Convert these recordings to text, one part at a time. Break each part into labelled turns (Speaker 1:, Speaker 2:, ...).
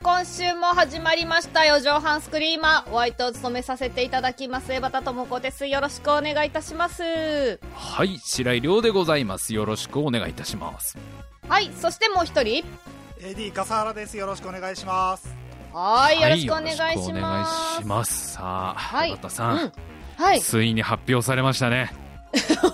Speaker 1: 今週も始まりました四畳半スクリーマーお相手を務めさせていただきます江端智子ですよろしくお願いいたします
Speaker 2: はい白井亮でございますよろしくお願いいたします
Speaker 1: はいそしてもう一人
Speaker 3: AD 笠原ですよろしくお願いします
Speaker 1: はいよろしくお願い
Speaker 2: は
Speaker 1: し
Speaker 2: よろくお願
Speaker 1: ま
Speaker 2: い
Speaker 1: す
Speaker 2: しますさあ、
Speaker 1: はい
Speaker 2: 岩田さん、
Speaker 1: うんはい
Speaker 2: ついに発表されましたね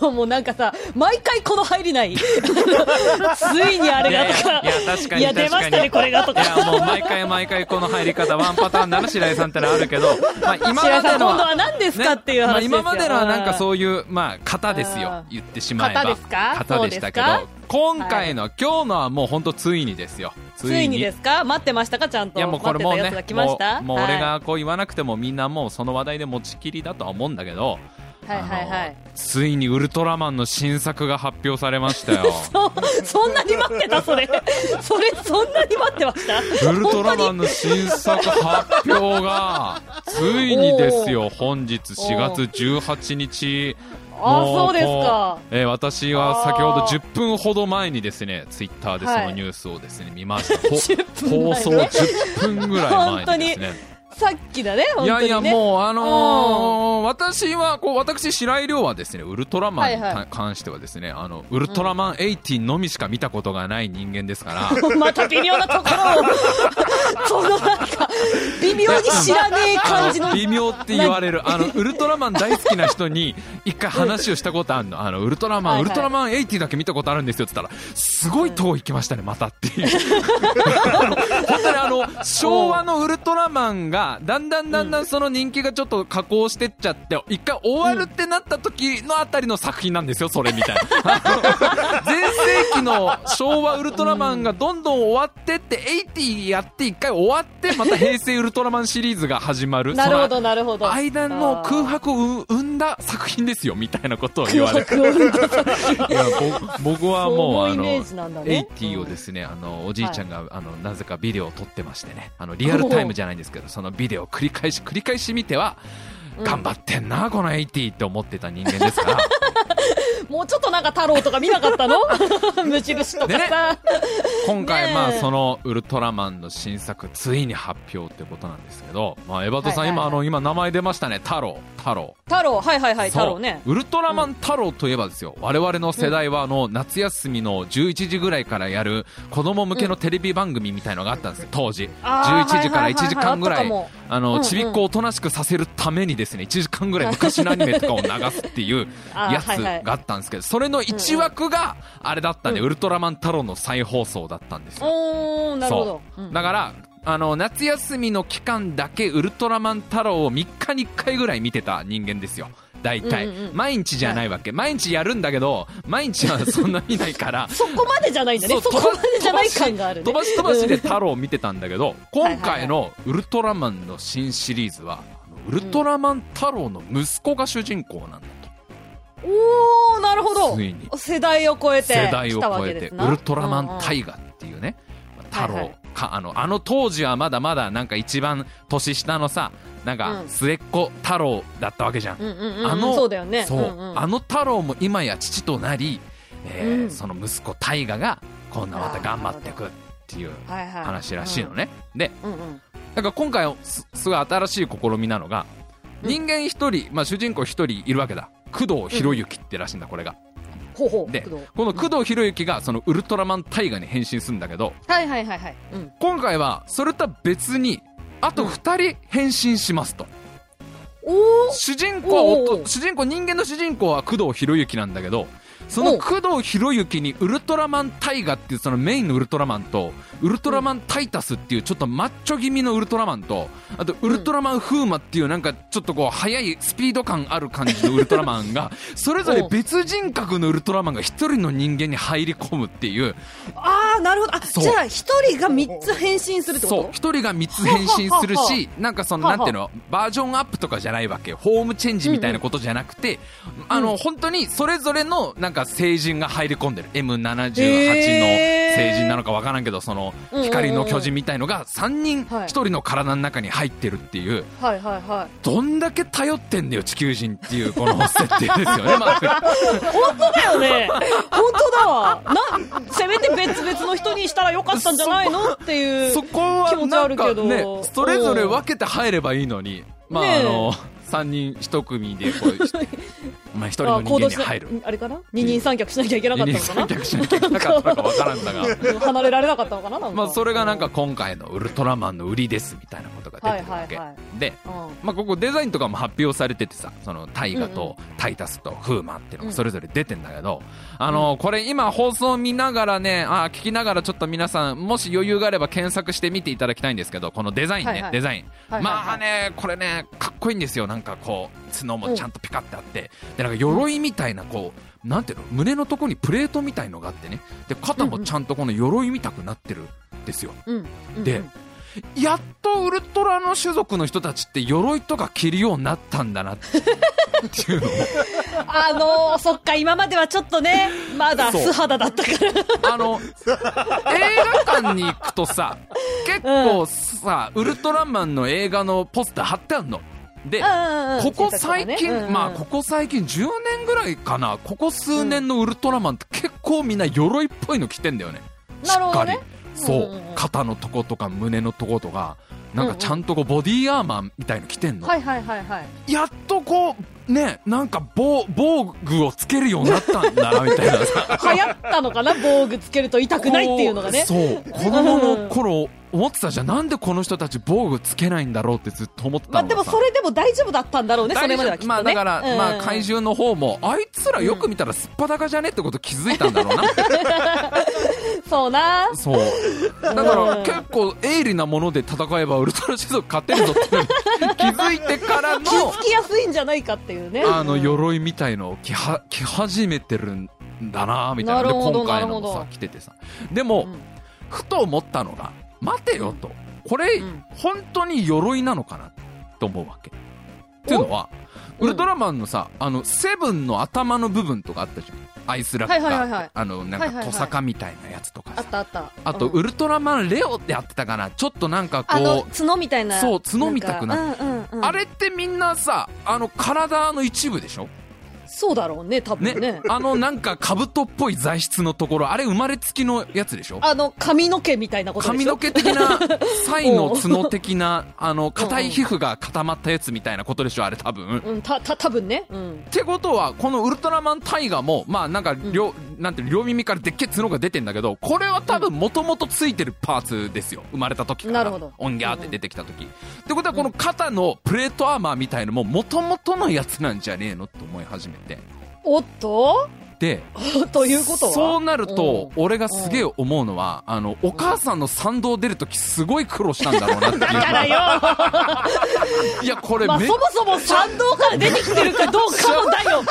Speaker 1: もうなんかさ毎回この入りないついにあ
Speaker 2: い
Speaker 1: れ
Speaker 2: や
Speaker 1: が
Speaker 2: いや
Speaker 1: とか
Speaker 2: いや確か
Speaker 1: い
Speaker 2: に確かに
Speaker 1: や出ましたねこれがと
Speaker 2: いや
Speaker 1: か
Speaker 2: もう毎回毎回この入り方ワンパターンなら白井さんってのはあるけど、ま あ、今ま
Speaker 1: 白井さ
Speaker 2: で
Speaker 1: ん今度
Speaker 2: の
Speaker 1: は何ですかっていう話ですよ、
Speaker 2: まあ、今までのはなんか
Speaker 1: う
Speaker 2: そういう、まあ、型です
Speaker 1: あ
Speaker 2: よ
Speaker 1: ー
Speaker 2: 言ってしまえば
Speaker 1: 型ですか
Speaker 2: 型でしたけ
Speaker 1: そう
Speaker 2: ど
Speaker 1: で
Speaker 2: 今回の、今日のはもう本当ついにですよ
Speaker 1: ついにですか待ってましたかちゃんと
Speaker 2: いやもうこれもう
Speaker 1: 待っ
Speaker 2: ね
Speaker 1: てたやつが来ま
Speaker 2: も
Speaker 1: した
Speaker 2: うもう俺
Speaker 1: は
Speaker 2: がこう言わなくてもみんなもうその話題で持ちきりだとは思うんだけど、
Speaker 1: いはいはいはい、
Speaker 2: あのついにウルトラマンの新作が発表されました よ
Speaker 1: そそんなに待ってたそれそれそんなに待ってました
Speaker 2: ウルトラマンの新作発表がついにですよ本日4月18日
Speaker 1: あ
Speaker 2: も
Speaker 1: そうですか
Speaker 2: こうえー私は先ほど
Speaker 1: あー
Speaker 2: 10分ほど前にですねツイッターでそのニュースをですね、見ましたほ
Speaker 1: 10分
Speaker 2: 放
Speaker 1: 前
Speaker 2: 送10分ぐらい前にですね
Speaker 1: さっきだね本
Speaker 2: い
Speaker 1: 当
Speaker 2: や
Speaker 1: にね
Speaker 2: いや、もう、あのー私は、こう、私、白井亮はですね、ウルトラマンに
Speaker 1: はいはい
Speaker 2: た関してはですね、あの、ウルトラマン18のみしか見たことがない人間です から、
Speaker 1: また微妙なところをそのなんか微妙に知らねえ感じの
Speaker 2: あの微妙って言われる、あの、ウルトラマン大好きな人に、一回話をしたことあるの、あの、ウルトラマン、
Speaker 1: はいはい
Speaker 2: ウルトラマン80だけ見たことあるんですよって言ったら、すごい遠いきましたね、またっていう。本当にあの、昭和のウルトラマンが、だんだんだんだんその人気がちょっと下降してっちゃって、一回終わるってなった時のあたりの作品なんですよ、それみ たいな。あの全盛期の昭和ウルトラマンがどんどん終わってって、80やって一回終わって、また平成ウルトラマンシリーズが始まる。
Speaker 1: なるほ
Speaker 2: そ
Speaker 1: ど
Speaker 2: の
Speaker 1: なるほど
Speaker 2: 間の空白を生んだ作品ですよ、みたいなことを言われて。
Speaker 1: 空白を生んだ
Speaker 2: いやぼ僕はもう、
Speaker 1: そ
Speaker 2: あの、
Speaker 1: のイメージなんだね
Speaker 2: 80をですね、あの、おじいちゃんが、あの、なぜかビデオを撮ってましてね、あの、リアルタイムじゃないんですけど、そのビデオを繰り返し繰り返し見ては、頑張ってんな、この80って思ってた人間です から。
Speaker 1: もうちょっとなんか太郎とか見なかったの 無印とかさ、
Speaker 2: 今回、
Speaker 1: ねえ
Speaker 2: まあ、その、ウルトラマンの新作、ついに発表ってことなんですけど、まあ、エバトさん、
Speaker 1: はいはいは
Speaker 2: 今、
Speaker 1: い
Speaker 2: あの、今、名前出ましたね、太郎、太郎。
Speaker 1: 太郎はいはいはい
Speaker 2: そう
Speaker 1: 太郎ね
Speaker 2: ウルトラマン太郎といえばですよ、我々の世代はあの夏休みの11時ぐらいからやる子供向けのテレビ番組みたいのがあったんですよ、当時
Speaker 1: あ
Speaker 2: 11
Speaker 1: ー
Speaker 2: 時から
Speaker 1: はいはいはいは
Speaker 2: 1
Speaker 1: い
Speaker 2: 時間ぐ
Speaker 1: あっ
Speaker 2: ら
Speaker 1: た
Speaker 2: い
Speaker 1: かも
Speaker 2: あ
Speaker 1: うんう
Speaker 2: の
Speaker 1: ん
Speaker 2: ちびっこをおとなしくさせるためにですね1時間ぐらい昔のアニメとかを流すっていう
Speaker 1: あー
Speaker 2: やつ
Speaker 1: はいはい
Speaker 2: があったんですけどそれの1枠があれだったんでウルトラマン太郎の再放送だったんですよ
Speaker 1: おーなるほど
Speaker 2: そう
Speaker 1: うん
Speaker 2: だからあの夏休みの期間だけウルトラマン太郎を3日に1回ぐらい見てた人間ですよ大体、
Speaker 1: うんうんうん
Speaker 2: 毎日じゃないわけ、毎日やるんだけど毎日はそんな見ないから
Speaker 1: そこまでじゃないんだね
Speaker 2: そう
Speaker 1: そこまでじゃない感があるね
Speaker 2: 飛ばし飛ばしで太郎を見てたんだけど今回のウルトラマンの新シリーズはあのウルトラマン太郎の息子が主人公なんだと、
Speaker 1: おーなるほど
Speaker 2: ついに
Speaker 1: 世代を超えて
Speaker 2: 世代を
Speaker 1: 来たわ
Speaker 2: 超
Speaker 1: け
Speaker 2: え
Speaker 1: で
Speaker 2: て
Speaker 1: す
Speaker 2: ウ
Speaker 1: な
Speaker 2: ルトラマン
Speaker 1: うんうん
Speaker 2: 大河っていうね、太郎、
Speaker 1: はいはい
Speaker 2: かあのあの当時はまだまだなんか一番年下のさなんか
Speaker 1: うん
Speaker 2: 末っ子太郎だったわけじゃん、
Speaker 1: うんうんうん
Speaker 2: あの
Speaker 1: そうだよね
Speaker 2: そう、
Speaker 1: んうん
Speaker 2: あの太郎も今や父となり、えー
Speaker 1: うん
Speaker 2: その息子大河がこんなまた頑張っていくっていう
Speaker 1: はいはい
Speaker 2: 話らしいのね、で
Speaker 1: うんうん
Speaker 2: だから今回すすごい新しい試みなのが
Speaker 1: うん
Speaker 2: 人間一人、まあ、主人公一人いるわけだ工藤博之ってらしいんだこれが、
Speaker 1: ほうほう
Speaker 2: で
Speaker 1: 工藤
Speaker 2: この工藤博之がそのウルトラマン大河に変身するんだけど
Speaker 1: はいはいはいはいうん
Speaker 2: 今回はそれとは別にあと2人変身しますと、
Speaker 1: おお
Speaker 2: 主人公は夫
Speaker 1: おうおう
Speaker 2: 主人公人間の主人公は工藤博之なんだけどそ
Speaker 1: お
Speaker 2: の
Speaker 1: う
Speaker 2: 工藤博之にウルトラマンタイガっていうそのメインのウルトラマンとウルトラマンタイタスっていうちょっとマッチョ気味のウルトラマンとあとウルトラマンフーマっていうなんかちょっとこう速いスピード感ある感じのウルトラマン がそれぞれ別人格のウルトラマンが一人の人間に入り込むっていう
Speaker 1: ああなるほどあ
Speaker 2: そう
Speaker 1: じゃあ一人が三つ変身するってこ
Speaker 2: そう
Speaker 1: と
Speaker 2: 一人が3つ変身する
Speaker 1: ははは
Speaker 2: しなんかその
Speaker 1: はは
Speaker 2: なんていうのバージョンアップとかじゃないわけよホームチェンジみたいなことじゃなくて、あの本当にそれぞれのなんか成人が入り込んでる M78 の
Speaker 1: へー
Speaker 2: 成人なのかわからんけどその
Speaker 1: うんうんうん
Speaker 2: 光の巨人みたいのが3人
Speaker 1: はい
Speaker 2: 1人の体の中に入ってるっていう
Speaker 1: はいはいはい
Speaker 2: どんだけ頼ってんだよ地球人っていうこの設定ですよねまあ
Speaker 1: 本当だよね 本当だわなせめて別々の人にしたらよかったんじゃないのっていう
Speaker 2: そこは
Speaker 1: 気持ち
Speaker 2: な
Speaker 1: あ
Speaker 2: ん
Speaker 1: る
Speaker 2: か
Speaker 1: けど
Speaker 2: ねそれぞれ分けて入ればいいのにま
Speaker 1: ねえ
Speaker 2: ああの3人1組で こうまあ1人の人間に入る
Speaker 1: あ行動しなあれかな二人三脚しなきゃいけなか
Speaker 2: 二
Speaker 1: った
Speaker 2: 人
Speaker 1: のかな
Speaker 2: 三脚しなきゃいけなかったのかわからんだが
Speaker 1: 離れられなかったのかななんか
Speaker 2: まあ、それがなんか今回のウルトラマンの売りですみたいなことが出てるわけ、
Speaker 1: はいはいは
Speaker 2: で、
Speaker 1: うん
Speaker 2: まあ、ここデザインとかも発表されててさそのタイガとタイタスとフーマンっていうのがそれぞれ出てんだけど、あのこれ今放送見ながらねあー聞きながらちょっと皆さんもし余裕があれば検索して見ていただきたいんですけどこのデザインね、
Speaker 1: はいはい
Speaker 2: デザイン、
Speaker 1: はいはいはい
Speaker 2: まあねこれねかっこいいんですよなんかこう角もちゃんとピカってあって、でなんか鎧みたいなこうなんていうの胸のとこにプレートみたいのがあってねで肩もちゃんとこの鎧みたくなってるんですよ、
Speaker 1: うんうん
Speaker 2: で、やっとウルトラの種族の人たちって鎧とか着るようになったんだな っていうのを
Speaker 1: あのー、そっか今まではちょっとねまだ
Speaker 2: そう
Speaker 1: 素肌だったから
Speaker 2: あの映画館に行くとさ結構さ、ウルトラマンの映画のポスター貼ってあるの。で、
Speaker 1: うんうんうん
Speaker 2: ここ最近、
Speaker 1: うんうんうん
Speaker 2: まあここ最近10年ぐらいかなここ数年のウルトラマンって結構みんな鎧っぽいの着てんだよね、し
Speaker 1: なる
Speaker 2: っ
Speaker 1: ほ
Speaker 2: か
Speaker 1: ど
Speaker 2: り
Speaker 1: ね
Speaker 2: そう,、
Speaker 1: うんうんうん
Speaker 2: 肩のとことか胸のとことかなんかちゃんとこうボディーアーマーみたいの着てんの、
Speaker 1: はいはいはいはい
Speaker 2: やっとこうねなんか防防具をつけるようになったんだなみたい なさ
Speaker 1: 流行ったのかな防具つけると痛くないっていうのがね
Speaker 2: こうそう子供の頃思ってたじゃんなんでこの人たち防具つけないんだろうってずっと思って
Speaker 1: ま
Speaker 2: た
Speaker 1: あ
Speaker 2: の
Speaker 1: で
Speaker 2: が
Speaker 1: も
Speaker 2: さ
Speaker 1: それでも大丈夫だったんだろうねそれまではきっとね
Speaker 2: まあだから、
Speaker 1: うん
Speaker 2: まあ怪獣の方もあいつらよく見たらすっぱだかじゃねってこと気づいたんだろうな、
Speaker 1: そうな
Speaker 2: そうだから
Speaker 1: うん
Speaker 2: 結構鋭利なもので戦えばウルトラ種族勝てるぞっていうのに気づいてから の
Speaker 1: つきやすいんじゃないかっていうね
Speaker 2: あの鎧みたいのを着は 着始めてるんだなみたいな
Speaker 1: なる
Speaker 2: で
Speaker 1: ほど
Speaker 2: 今回のも
Speaker 1: なる
Speaker 2: さ
Speaker 1: ほど
Speaker 2: 着ててさでも、
Speaker 1: うん
Speaker 2: ふと思ったのが待てよとこれ、
Speaker 1: うん
Speaker 2: 本当に鎧なのかなと思うわけっていうのは
Speaker 1: うん
Speaker 2: ウルトラマンのさ、あのセブンの頭の部分とかあったじゃんアイスラッガーって、
Speaker 1: はいはいはいはい
Speaker 2: あのな
Speaker 1: はい
Speaker 2: ん
Speaker 1: はいは
Speaker 2: か
Speaker 1: い
Speaker 2: トサカみたいなやつとかさ、
Speaker 1: あったあった
Speaker 2: あと、
Speaker 1: うん
Speaker 2: ウルトラマンレオってやってたかなちょっとなんか
Speaker 1: あの
Speaker 2: こう
Speaker 1: 角みたいな
Speaker 2: そう角みたくな
Speaker 1: る、うんうんうん
Speaker 2: あれってみんなさあの体の一部でしょ
Speaker 1: そうだろうね多分ね
Speaker 2: ね、あのなんか兜っぽい材質のところ、あれ生まれつきのやつでしょ
Speaker 1: あの髪の毛みたいなこと
Speaker 2: 髪
Speaker 1: でしょ
Speaker 2: の毛的な、サイの角的 な、あの、硬い皮膚が固まったやつみたいなことでしょあれ多分。っ
Speaker 1: うんたた多分ねうん
Speaker 2: てことは、このウルトラマンタイガも、まあなんか両、なんていうの両耳からでっけえ角が出てんだけど、これは多分もともとついてるパーツですよ。生まれた時から。
Speaker 1: なるほど
Speaker 2: オンギャーって出てきた時。ってことは、この肩のプレートアーマーみたいのも、もともとのやつなんじゃねえのと思い始めて。
Speaker 1: おっと
Speaker 2: で、
Speaker 1: ということは
Speaker 2: そうなると、
Speaker 1: うん
Speaker 2: 俺がすげえ思うのは、あのお母さんの参道出るときすごい苦労したんだろうなっていう
Speaker 1: だからよ、
Speaker 2: いやこれ
Speaker 1: まあ、
Speaker 2: めっ
Speaker 1: そもそも参道から出てきてるかどうかもだよ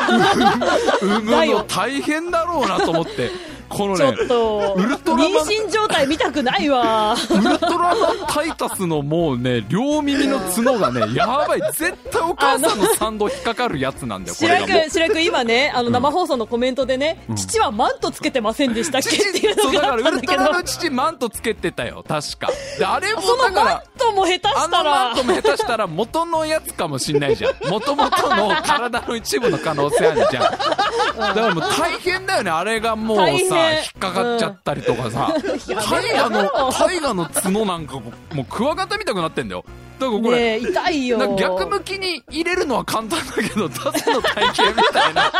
Speaker 2: 産む
Speaker 1: だ
Speaker 2: の
Speaker 1: よ
Speaker 2: 大変だろうなと思って この
Speaker 1: ち
Speaker 2: ね
Speaker 1: ょっと
Speaker 2: ウルトラマン
Speaker 1: 妊娠状態見たくないわ
Speaker 2: ウルトラマンタイタスのもうね両耳の角が ねやばい絶対お母さんの参道引っかかるやつなんだよこれ
Speaker 1: 白
Speaker 2: が
Speaker 1: 井
Speaker 2: もう
Speaker 1: 君、白井君、今ね、あの生放送のコメントでね、父はマントつけてませんでしたっけっていう
Speaker 2: そう
Speaker 1: の
Speaker 2: だ
Speaker 1: が
Speaker 2: からウ
Speaker 1: あったん
Speaker 2: ル
Speaker 1: だ
Speaker 2: ト
Speaker 1: けど
Speaker 2: ラ、の父マントつけてたよ確かであれも
Speaker 1: その
Speaker 2: だか
Speaker 1: マン
Speaker 2: ら
Speaker 1: トも下手
Speaker 2: あ
Speaker 1: し
Speaker 2: の
Speaker 1: た
Speaker 2: マン
Speaker 1: ら
Speaker 2: ト、も下手したら元のやつかもしんないじゃん。元々の体の一部の可能性あるじゃん。だからもう大変だよね。あれがもうさ、
Speaker 1: 大
Speaker 2: 引っ
Speaker 1: 変
Speaker 2: かかっちゃったりとかさ。絵画の、絵画の角なんかもうクワガタみたくなってんだよ。だからこれ、
Speaker 1: ねえ、痛い
Speaker 2: なんか
Speaker 1: よ。
Speaker 2: 逆向きに入れるのは簡単だけど、出すの大変みたいな。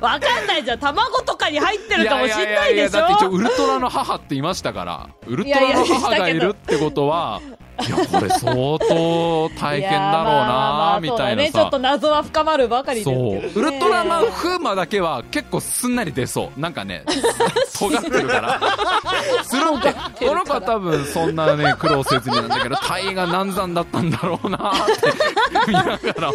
Speaker 1: わかんないじゃん、卵とかに入ってるかもしんないでし
Speaker 2: だって一応
Speaker 1: ょ。
Speaker 2: ウルトラの母っていましたからウルトラの母がいるってことはいやこれ相当大変だろうなみたいな
Speaker 1: やまあまあそうだね、ちょっ
Speaker 2: さ
Speaker 1: と謎は深まるばかりです
Speaker 2: そ
Speaker 1: けど
Speaker 2: う
Speaker 1: ね
Speaker 2: ウルトラマンフーマだけ は結構すんなり出そうなんかね尖ってるからつるんって
Speaker 1: てる
Speaker 2: この
Speaker 1: から
Speaker 2: 子は多分そんなね苦労せずになんだけどタイが難産だったんだろうなって見ながら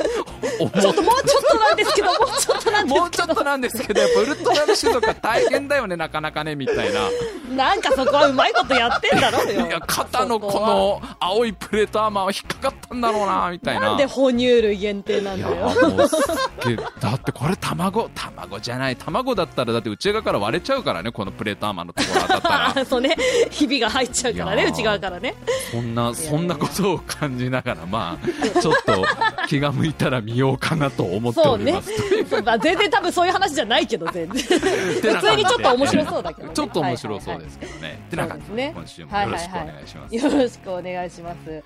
Speaker 2: 思
Speaker 1: ちょっともうちょっとなんですけどもうちょっとな
Speaker 2: う
Speaker 1: んですけ
Speaker 2: もうちょっとなんですけどやっぱウルトラの種族は大変だよねなかなかねみたいな
Speaker 1: どなんかそこはうまいことやってんだろうよ
Speaker 2: いや肩の
Speaker 1: そ
Speaker 2: こ
Speaker 1: は
Speaker 2: の青いプレートアーマーは引っかかったんだろうなみたいな
Speaker 1: なんで哺乳類限定ないん
Speaker 2: や
Speaker 1: だよ
Speaker 2: もうすっげえだってこれ卵卵じゃない卵だったらだって内側から割れちゃうからねこのプレートアーマーのところ当たったら
Speaker 1: そうねひびが入っちゃうから
Speaker 2: い
Speaker 1: ね
Speaker 2: やー
Speaker 1: 内側からね
Speaker 2: そんなそんなことを感じながらまあちょっと気が向いたら見ようかなと思って
Speaker 1: そ
Speaker 2: お
Speaker 1: う
Speaker 2: り
Speaker 1: ね
Speaker 2: ます。
Speaker 1: そうまあ全然多分そういう話じゃないけど全然普
Speaker 2: てな
Speaker 1: 通
Speaker 2: 感じ
Speaker 1: に
Speaker 2: で
Speaker 1: ちょっと面白そうだけど、ね、
Speaker 2: ちょっと面白そうですすけどね。ってな感じ
Speaker 1: そうで
Speaker 2: で
Speaker 1: すね
Speaker 2: 今週もよろしくお願いします。
Speaker 1: よろしくお願いします。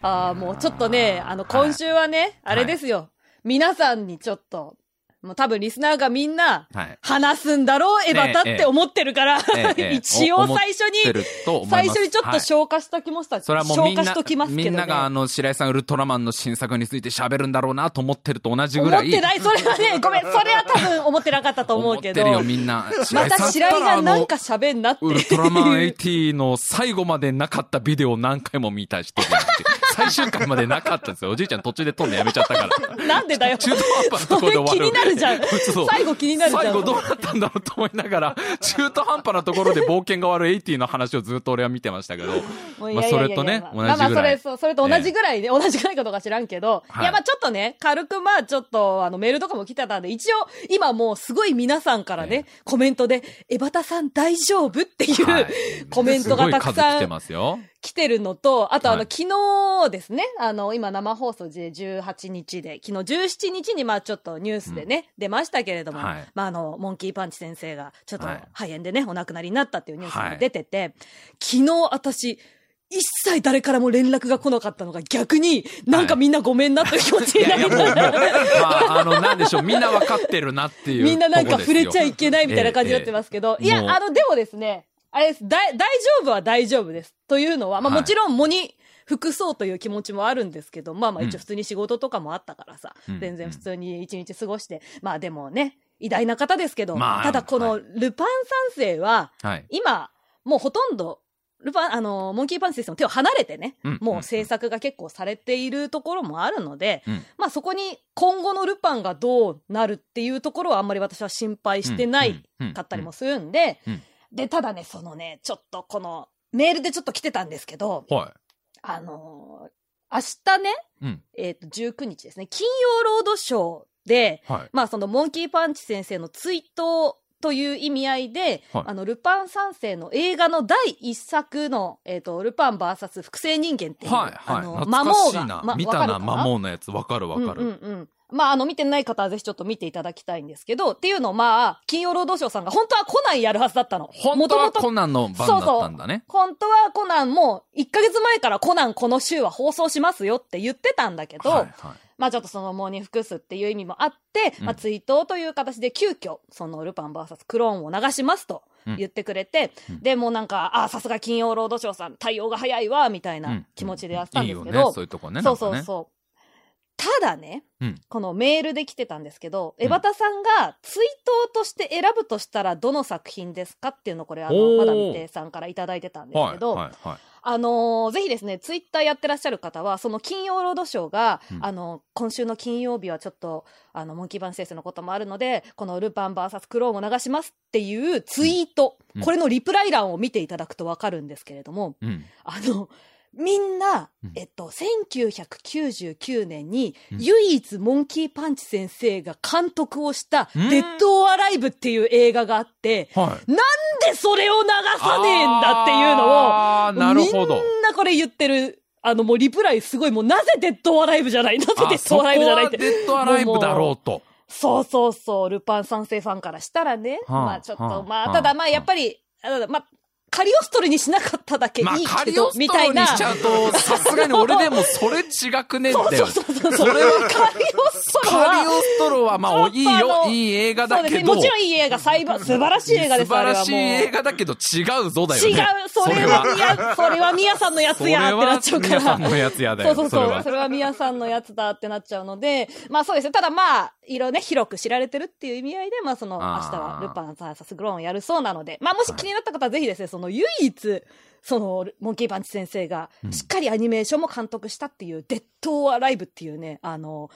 Speaker 1: ああ、もうちょっとね、あの、今週はね、
Speaker 2: はい
Speaker 1: あれですよ、皆さんにちょっと、もう多分リスナーがみんな、
Speaker 2: はい。
Speaker 1: 話すんだろう、エバタっ
Speaker 2: ええ
Speaker 1: て思ってるから、
Speaker 2: ええええ
Speaker 1: 一応最初
Speaker 2: 思って
Speaker 1: に、
Speaker 2: ると思います
Speaker 1: 最初にちょっと
Speaker 2: はい
Speaker 1: 消化しときました。
Speaker 2: それはもうみ
Speaker 1: 消
Speaker 2: ん
Speaker 1: 化
Speaker 2: な
Speaker 1: しときますけど、ね。
Speaker 2: みんながあの白井さんウルトラマンの新作について喋るんだろうなと思ってると同じぐ
Speaker 1: 思
Speaker 2: ら
Speaker 1: っ
Speaker 2: い
Speaker 1: てない、それ はね、ごめん、それは多分思ってなかったと思うけど、
Speaker 2: 思ってるよみんな。
Speaker 1: また白井がなんか
Speaker 2: 白井さんったらあの
Speaker 1: 喋んなって。
Speaker 2: ウルトラマン80の最後までなかったビデオを何回も見た人がいて、最終回までなかったんですよ。おじいちゃん途中で撮んのやめちゃったから。
Speaker 1: なんでだよ。
Speaker 2: 中途半端なところで終わる。
Speaker 1: それ気になるじ ゃん
Speaker 2: そう
Speaker 1: 最後気になるじゃん
Speaker 2: 最後どうなったんだろうと思いながら、中途半端なところで冒険が終わる80の話をずっと俺は見てました けど。
Speaker 1: もうい
Speaker 2: まあ
Speaker 1: やい
Speaker 2: そ
Speaker 1: や
Speaker 2: れ
Speaker 1: いや
Speaker 2: と
Speaker 1: い
Speaker 2: ね
Speaker 1: や、まあ
Speaker 2: 同
Speaker 1: まあまあ
Speaker 2: じぐ
Speaker 1: そ
Speaker 2: ら
Speaker 1: れ、
Speaker 2: い。
Speaker 1: そうそれと同じぐらいで、同じぐらいかどうか知らんけど、
Speaker 2: はい
Speaker 1: い、や、まあちょっとね、軽くまあちょっと、あの、メールとかも来てたんで、一応、今もうすごい皆さんからね、コメントで、エバタさん大丈夫っていう、
Speaker 2: はい
Speaker 1: コメントがたく
Speaker 2: すごい数
Speaker 1: さ
Speaker 2: 来て
Speaker 1: ん
Speaker 2: ますよ。
Speaker 1: 来てるのと、あとあの、
Speaker 2: はい
Speaker 1: 昨日ですね、あの、今生放送で18日で、昨日17日にまあちょっとニュースでね、出ましたけれども、
Speaker 2: はい
Speaker 1: まああの、モンキーパンチ先生がちょっと
Speaker 2: はい
Speaker 1: 肺炎でね、お亡くなりになったっていうニュース
Speaker 2: は
Speaker 1: も
Speaker 2: い
Speaker 1: 出てて、昨日私、一切誰からも連絡が来なかったのが逆になんかみんなごめんなという気持ちになりながら、
Speaker 2: まあ、あの、なんでしょう、みんなわかってるなっていう。
Speaker 1: みんななんか触れちゃいけないみたいな感じになって
Speaker 2: すよ。ええええ
Speaker 1: ますけど、
Speaker 2: ええ
Speaker 1: いや、
Speaker 2: もう
Speaker 1: あの、でもですね、あれです、だい大丈夫は大丈夫です。というのは、まあ
Speaker 2: はい
Speaker 1: もちろん、藻に服そうという気持ちもあるんですけど、まあまあ
Speaker 2: うん
Speaker 1: 一応普通に仕事とかもあったからさ、
Speaker 2: うん
Speaker 1: 全然普通に一日過ごして、まあでもね、偉大な方ですけど、
Speaker 2: まあ
Speaker 1: ただこの
Speaker 2: は
Speaker 1: ルパン三世は、
Speaker 2: はい。
Speaker 1: 今、もうほとんど、ルパン、あの、モンキーパンチ先生の手を離れてね、
Speaker 2: うん
Speaker 1: もう制作が結構されているところもあるので、
Speaker 2: うん
Speaker 1: まあそこに今後のルパンがどうなるっていうところはあんまり私は心配してないかったりもするんで、
Speaker 2: うんうん
Speaker 1: で、ただね、そのね、ちょっとこの、メールでちょっと来てたんですけど、
Speaker 2: は
Speaker 1: あのー明日ね、
Speaker 2: い。うん。
Speaker 1: えっ、と、19日ですね、金曜ロードショーで、
Speaker 2: はい。
Speaker 1: まあ、そのモンキーパンチ先生の追悼という意味合いで、
Speaker 2: はい
Speaker 1: あの、ルパン三世の映画の第一作の、えっ、と、ルパンバーサス複製人間っていう、
Speaker 2: はい、
Speaker 1: あの
Speaker 2: はい。、
Speaker 1: 魔
Speaker 2: 懐か
Speaker 1: 王
Speaker 2: しいな
Speaker 1: が、。ま
Speaker 2: 見たな、
Speaker 1: わかるか
Speaker 2: 魔王のやつ。わかるわか
Speaker 1: うん
Speaker 2: る。
Speaker 1: うんうん。まあ、あの、見てない方はぜひちょっと見ていただきたいんですけど、っていうのをまあ、金曜ロードショーさんが本当はコナンやるはずだったの。
Speaker 2: 本当は
Speaker 1: 元々
Speaker 2: コナンの番だったんだね。
Speaker 1: 本当はコナンも、1ヶ月前からコナンこの週は放送しますよって言ってたんだけど、
Speaker 2: はい、はい。
Speaker 1: まあちょっとその喪に服すっていう意味もあって、
Speaker 2: うん
Speaker 1: まあ追悼という形で急遽、そのルパン VS クローンを流しますと
Speaker 2: うん
Speaker 1: 言ってくれて、
Speaker 2: うん
Speaker 1: で、もうなんか、ああ、さすが金曜ロードショーさん、対応が早いわ、みたいな気持ちでやってたんですけど、
Speaker 2: いいよね、そういうとこね。
Speaker 1: そうそう
Speaker 2: なんか
Speaker 1: そう。ただね、
Speaker 2: うん
Speaker 1: このメールで来てたんですけど、
Speaker 2: うん
Speaker 1: 江端さんが追悼として選ぶとしたらどの作品ですかっていうのをこれ、あ
Speaker 2: お
Speaker 1: の、
Speaker 2: ー
Speaker 1: まだ見てさんからいただいてたんです
Speaker 2: ね。は
Speaker 1: け
Speaker 2: い、
Speaker 1: ど、
Speaker 2: はい、はい。
Speaker 1: あのーぜひですね、ツイッターやってらっしゃる方は、その金曜ロードショーが、
Speaker 2: うん
Speaker 1: あの、今週の金曜日はちょっと、あの、モンキーバン先生のこともあるので、このルパン VS クローンを流しますっていうツイート、
Speaker 2: うん
Speaker 1: これのリプライ欄を見ていただくとわかるんですけれども、
Speaker 2: うん。
Speaker 1: あの、みんな
Speaker 2: うん、
Speaker 1: えっと、1999年に、
Speaker 2: うん
Speaker 1: 唯一モンキーパンチ先生が監督をした、
Speaker 2: うん
Speaker 1: デッド・オア・ライブっていう映画があって、
Speaker 2: はい。
Speaker 1: なんでそれを流さねえんだっていうのを、
Speaker 2: あーなるほど。
Speaker 1: みんなこれ言ってる。あの、もうリプライすごい、もうなぜデッドアライブじゃないなぜデ
Speaker 2: あ
Speaker 1: ッドアライブじゃないって
Speaker 2: そこ。はデッドアライブだろうと。
Speaker 1: そうそうそう、ルパン三世ファンからしたらね。
Speaker 2: はあ
Speaker 1: まあちょっと、
Speaker 2: はあ
Speaker 1: ま
Speaker 2: は
Speaker 1: あ、
Speaker 2: あ
Speaker 1: ただまあやっぱり、あまあ、カリオストルにしなかっただけいい
Speaker 2: まあ、カ
Speaker 1: け
Speaker 2: リ
Speaker 1: ど
Speaker 2: オ、ス
Speaker 1: み
Speaker 2: ト
Speaker 1: た
Speaker 2: ロ
Speaker 1: い
Speaker 2: ーに
Speaker 1: な。
Speaker 2: しちゃうと、さすがに俺でもそれ違くねえん
Speaker 1: そう
Speaker 2: だよ。
Speaker 1: そうそうそう。それはカリオスト
Speaker 2: カ
Speaker 1: ロ
Speaker 2: リ
Speaker 1: は、
Speaker 2: オストローは、まあ、おいい
Speaker 1: ちょっとあ
Speaker 2: よ。
Speaker 1: の
Speaker 2: いい映画
Speaker 1: そ
Speaker 2: だ
Speaker 1: うです
Speaker 2: け
Speaker 1: ね。
Speaker 2: ど。
Speaker 1: もちろんいい映画、最ば素晴らしい映画です、
Speaker 2: 素
Speaker 1: あ
Speaker 2: 晴
Speaker 1: れ
Speaker 2: ら
Speaker 1: は
Speaker 2: しい
Speaker 1: もう。
Speaker 2: 映画だけど違うぞだよね。
Speaker 1: 違う、それは、みや、それは宮さんのや
Speaker 2: そ
Speaker 1: つ
Speaker 2: れ
Speaker 1: やってな
Speaker 2: は
Speaker 1: っちゃうから。
Speaker 2: 皆さんのやつやだよ。
Speaker 1: そ
Speaker 2: そ
Speaker 1: うそう
Speaker 2: れ
Speaker 1: そう。それ
Speaker 2: は。
Speaker 1: は宮さんのやつだってなっちゃうので、まあそうですね。ただまあ、いろいろね、広く知られてるっていう意味合いで、まあその、明
Speaker 2: あー
Speaker 1: 日はルパンサーサスグローンやるそうなので、まあもし気になった方はぜひですね、その唯一、その、モンキーパンチ先生が
Speaker 2: う、ん
Speaker 1: しっかりアニメーションも監督したっていう、デッド・オア・ライブっていうね、あの、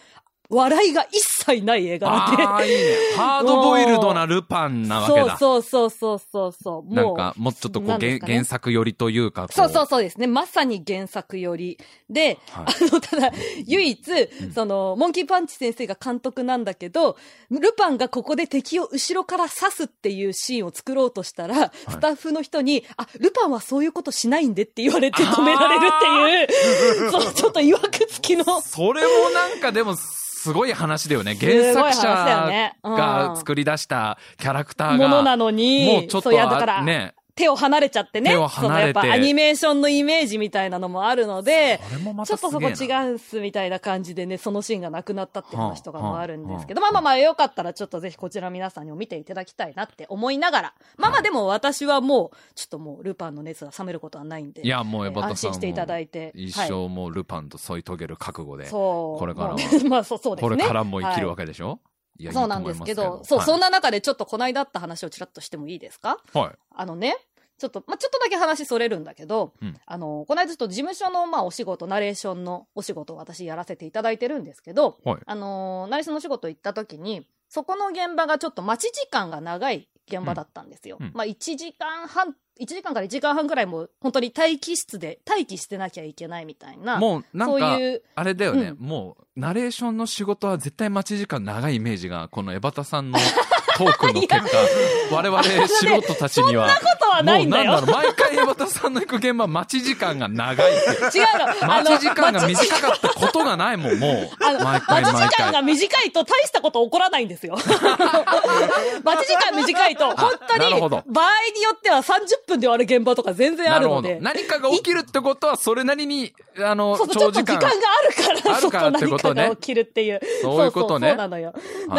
Speaker 1: 笑いが一切ない映画で。
Speaker 2: ああ、いいね。ハードボイルドなルパンなわけだ。
Speaker 1: そうそうそうそうそうそう。
Speaker 2: な
Speaker 1: も
Speaker 2: ん
Speaker 1: う
Speaker 2: か、もうちょっとこ
Speaker 1: な
Speaker 2: う、
Speaker 1: んで
Speaker 2: 原
Speaker 1: すかね
Speaker 2: 原作寄りというか、こ
Speaker 1: そうそうそうですね。まさに原作より。で、
Speaker 2: はい
Speaker 1: あの、ただ、唯一、その、モンキーパンチ先生が監督なんだけど、ルパンがここで敵を後ろから刺すっていうシーンを作ろうとしたら、スタッフの人に、あ、ルパンはそういうことしないんでって言われて止められるっていう、 そう、ちょっと曰くつきの。
Speaker 2: それもなんかでも、すごい話だよね。原作
Speaker 1: すごい話だよ
Speaker 2: 者
Speaker 1: ねうん
Speaker 2: が作り出したキャラクターが。
Speaker 1: ものなのに
Speaker 2: もうちょっ
Speaker 1: そういやだ
Speaker 2: と、
Speaker 1: から
Speaker 2: あね。
Speaker 1: 手を離れちゃってね。
Speaker 2: 手を離れて
Speaker 1: そのやっぱアニメーションのイメージみたいなのもあるので
Speaker 2: それも、ま
Speaker 1: ちょ
Speaker 2: た
Speaker 1: っ
Speaker 2: すげ
Speaker 1: と
Speaker 2: えな
Speaker 1: そこ違うんすみたいな感じでね、そのシーンがなくなったっていう話とかもあるんですけど、
Speaker 2: は
Speaker 1: ま
Speaker 2: あ
Speaker 1: あまあまあよかったらちょっとぜひこちら皆さんにも見ていただきたいなって思いながら、まあまあでも私はもう、ちょっともうルパンの熱が冷めることはないんで。
Speaker 2: いや、もうエバタさん
Speaker 1: 安心
Speaker 2: も
Speaker 1: していただいて
Speaker 2: 一
Speaker 1: は
Speaker 2: 生もうルパンと添い遂げる覚悟で。
Speaker 1: そう。
Speaker 2: これからは
Speaker 1: もう まあそうそうです
Speaker 2: こ
Speaker 1: ね。
Speaker 2: れからも生きるわ
Speaker 1: け、
Speaker 2: けでしょいや
Speaker 1: そうなんですけ
Speaker 2: いいと思い
Speaker 1: ど
Speaker 2: ま、
Speaker 1: そう、そん
Speaker 2: は
Speaker 1: な中でちょっとこないだった話をちらっとしてもいいですか
Speaker 2: い。はい。
Speaker 1: あのね、ちょっと、まあ、ちょっとだけ話それるんだけど、
Speaker 2: うん
Speaker 1: あの、この間ちょっと事務所の、まあ、お仕事、ナレーションのお仕事を私やらせていただいてるんですけど、
Speaker 2: はい
Speaker 1: あのー、ナレーションのお仕事行った時に、そこの現場がちょっと待ち時間が長い現場だったんですよ。
Speaker 2: うんうん
Speaker 1: まあ、1時間半、1時間から1時間半ぐらいもう本当に待機室で待機してなきゃいけないみたいな。
Speaker 2: もう、なんか
Speaker 1: そう、いう、
Speaker 2: あれだよね、
Speaker 1: う
Speaker 2: もう、ナレーションの仕事は絶対待ち時間長いイメージが、このエバタさ んのトークの結果、我々素人たちには、
Speaker 1: ことはな
Speaker 2: も
Speaker 1: い
Speaker 2: うん
Speaker 1: だ
Speaker 2: なんだ
Speaker 1: よ
Speaker 2: ろ。う、毎回エバタさんの行く現場、待ち時間が長いって。
Speaker 1: 違うの。あの
Speaker 2: 待ち時間が
Speaker 1: 待ち
Speaker 2: 短かったことがないもん、も
Speaker 1: あ
Speaker 2: う。
Speaker 1: の
Speaker 2: 毎
Speaker 1: 待
Speaker 2: 回
Speaker 1: ち
Speaker 2: 毎
Speaker 1: 時間が
Speaker 2: 回。
Speaker 1: 短いと大したこと起こらないんで すよ。待ち時間短いと、本当
Speaker 2: なる
Speaker 1: に、
Speaker 2: ほ
Speaker 1: 場合
Speaker 2: ど
Speaker 1: によっては30分で終わる現場とか全然あ
Speaker 2: な
Speaker 1: る
Speaker 2: る
Speaker 1: の
Speaker 2: ほど
Speaker 1: で。。
Speaker 2: 何かが起きるってことは、それなりに、あの、
Speaker 1: そうそう、ち
Speaker 2: 長
Speaker 1: ょっと
Speaker 2: 時
Speaker 1: 時間
Speaker 2: 間
Speaker 1: が。あるから、
Speaker 2: あ
Speaker 1: そ
Speaker 2: る
Speaker 1: こ
Speaker 2: からって
Speaker 1: 何
Speaker 2: こと
Speaker 1: か
Speaker 2: ね
Speaker 1: が起きるっていう。
Speaker 2: そういうことね
Speaker 1: そうそうそうなのよ。
Speaker 2: はい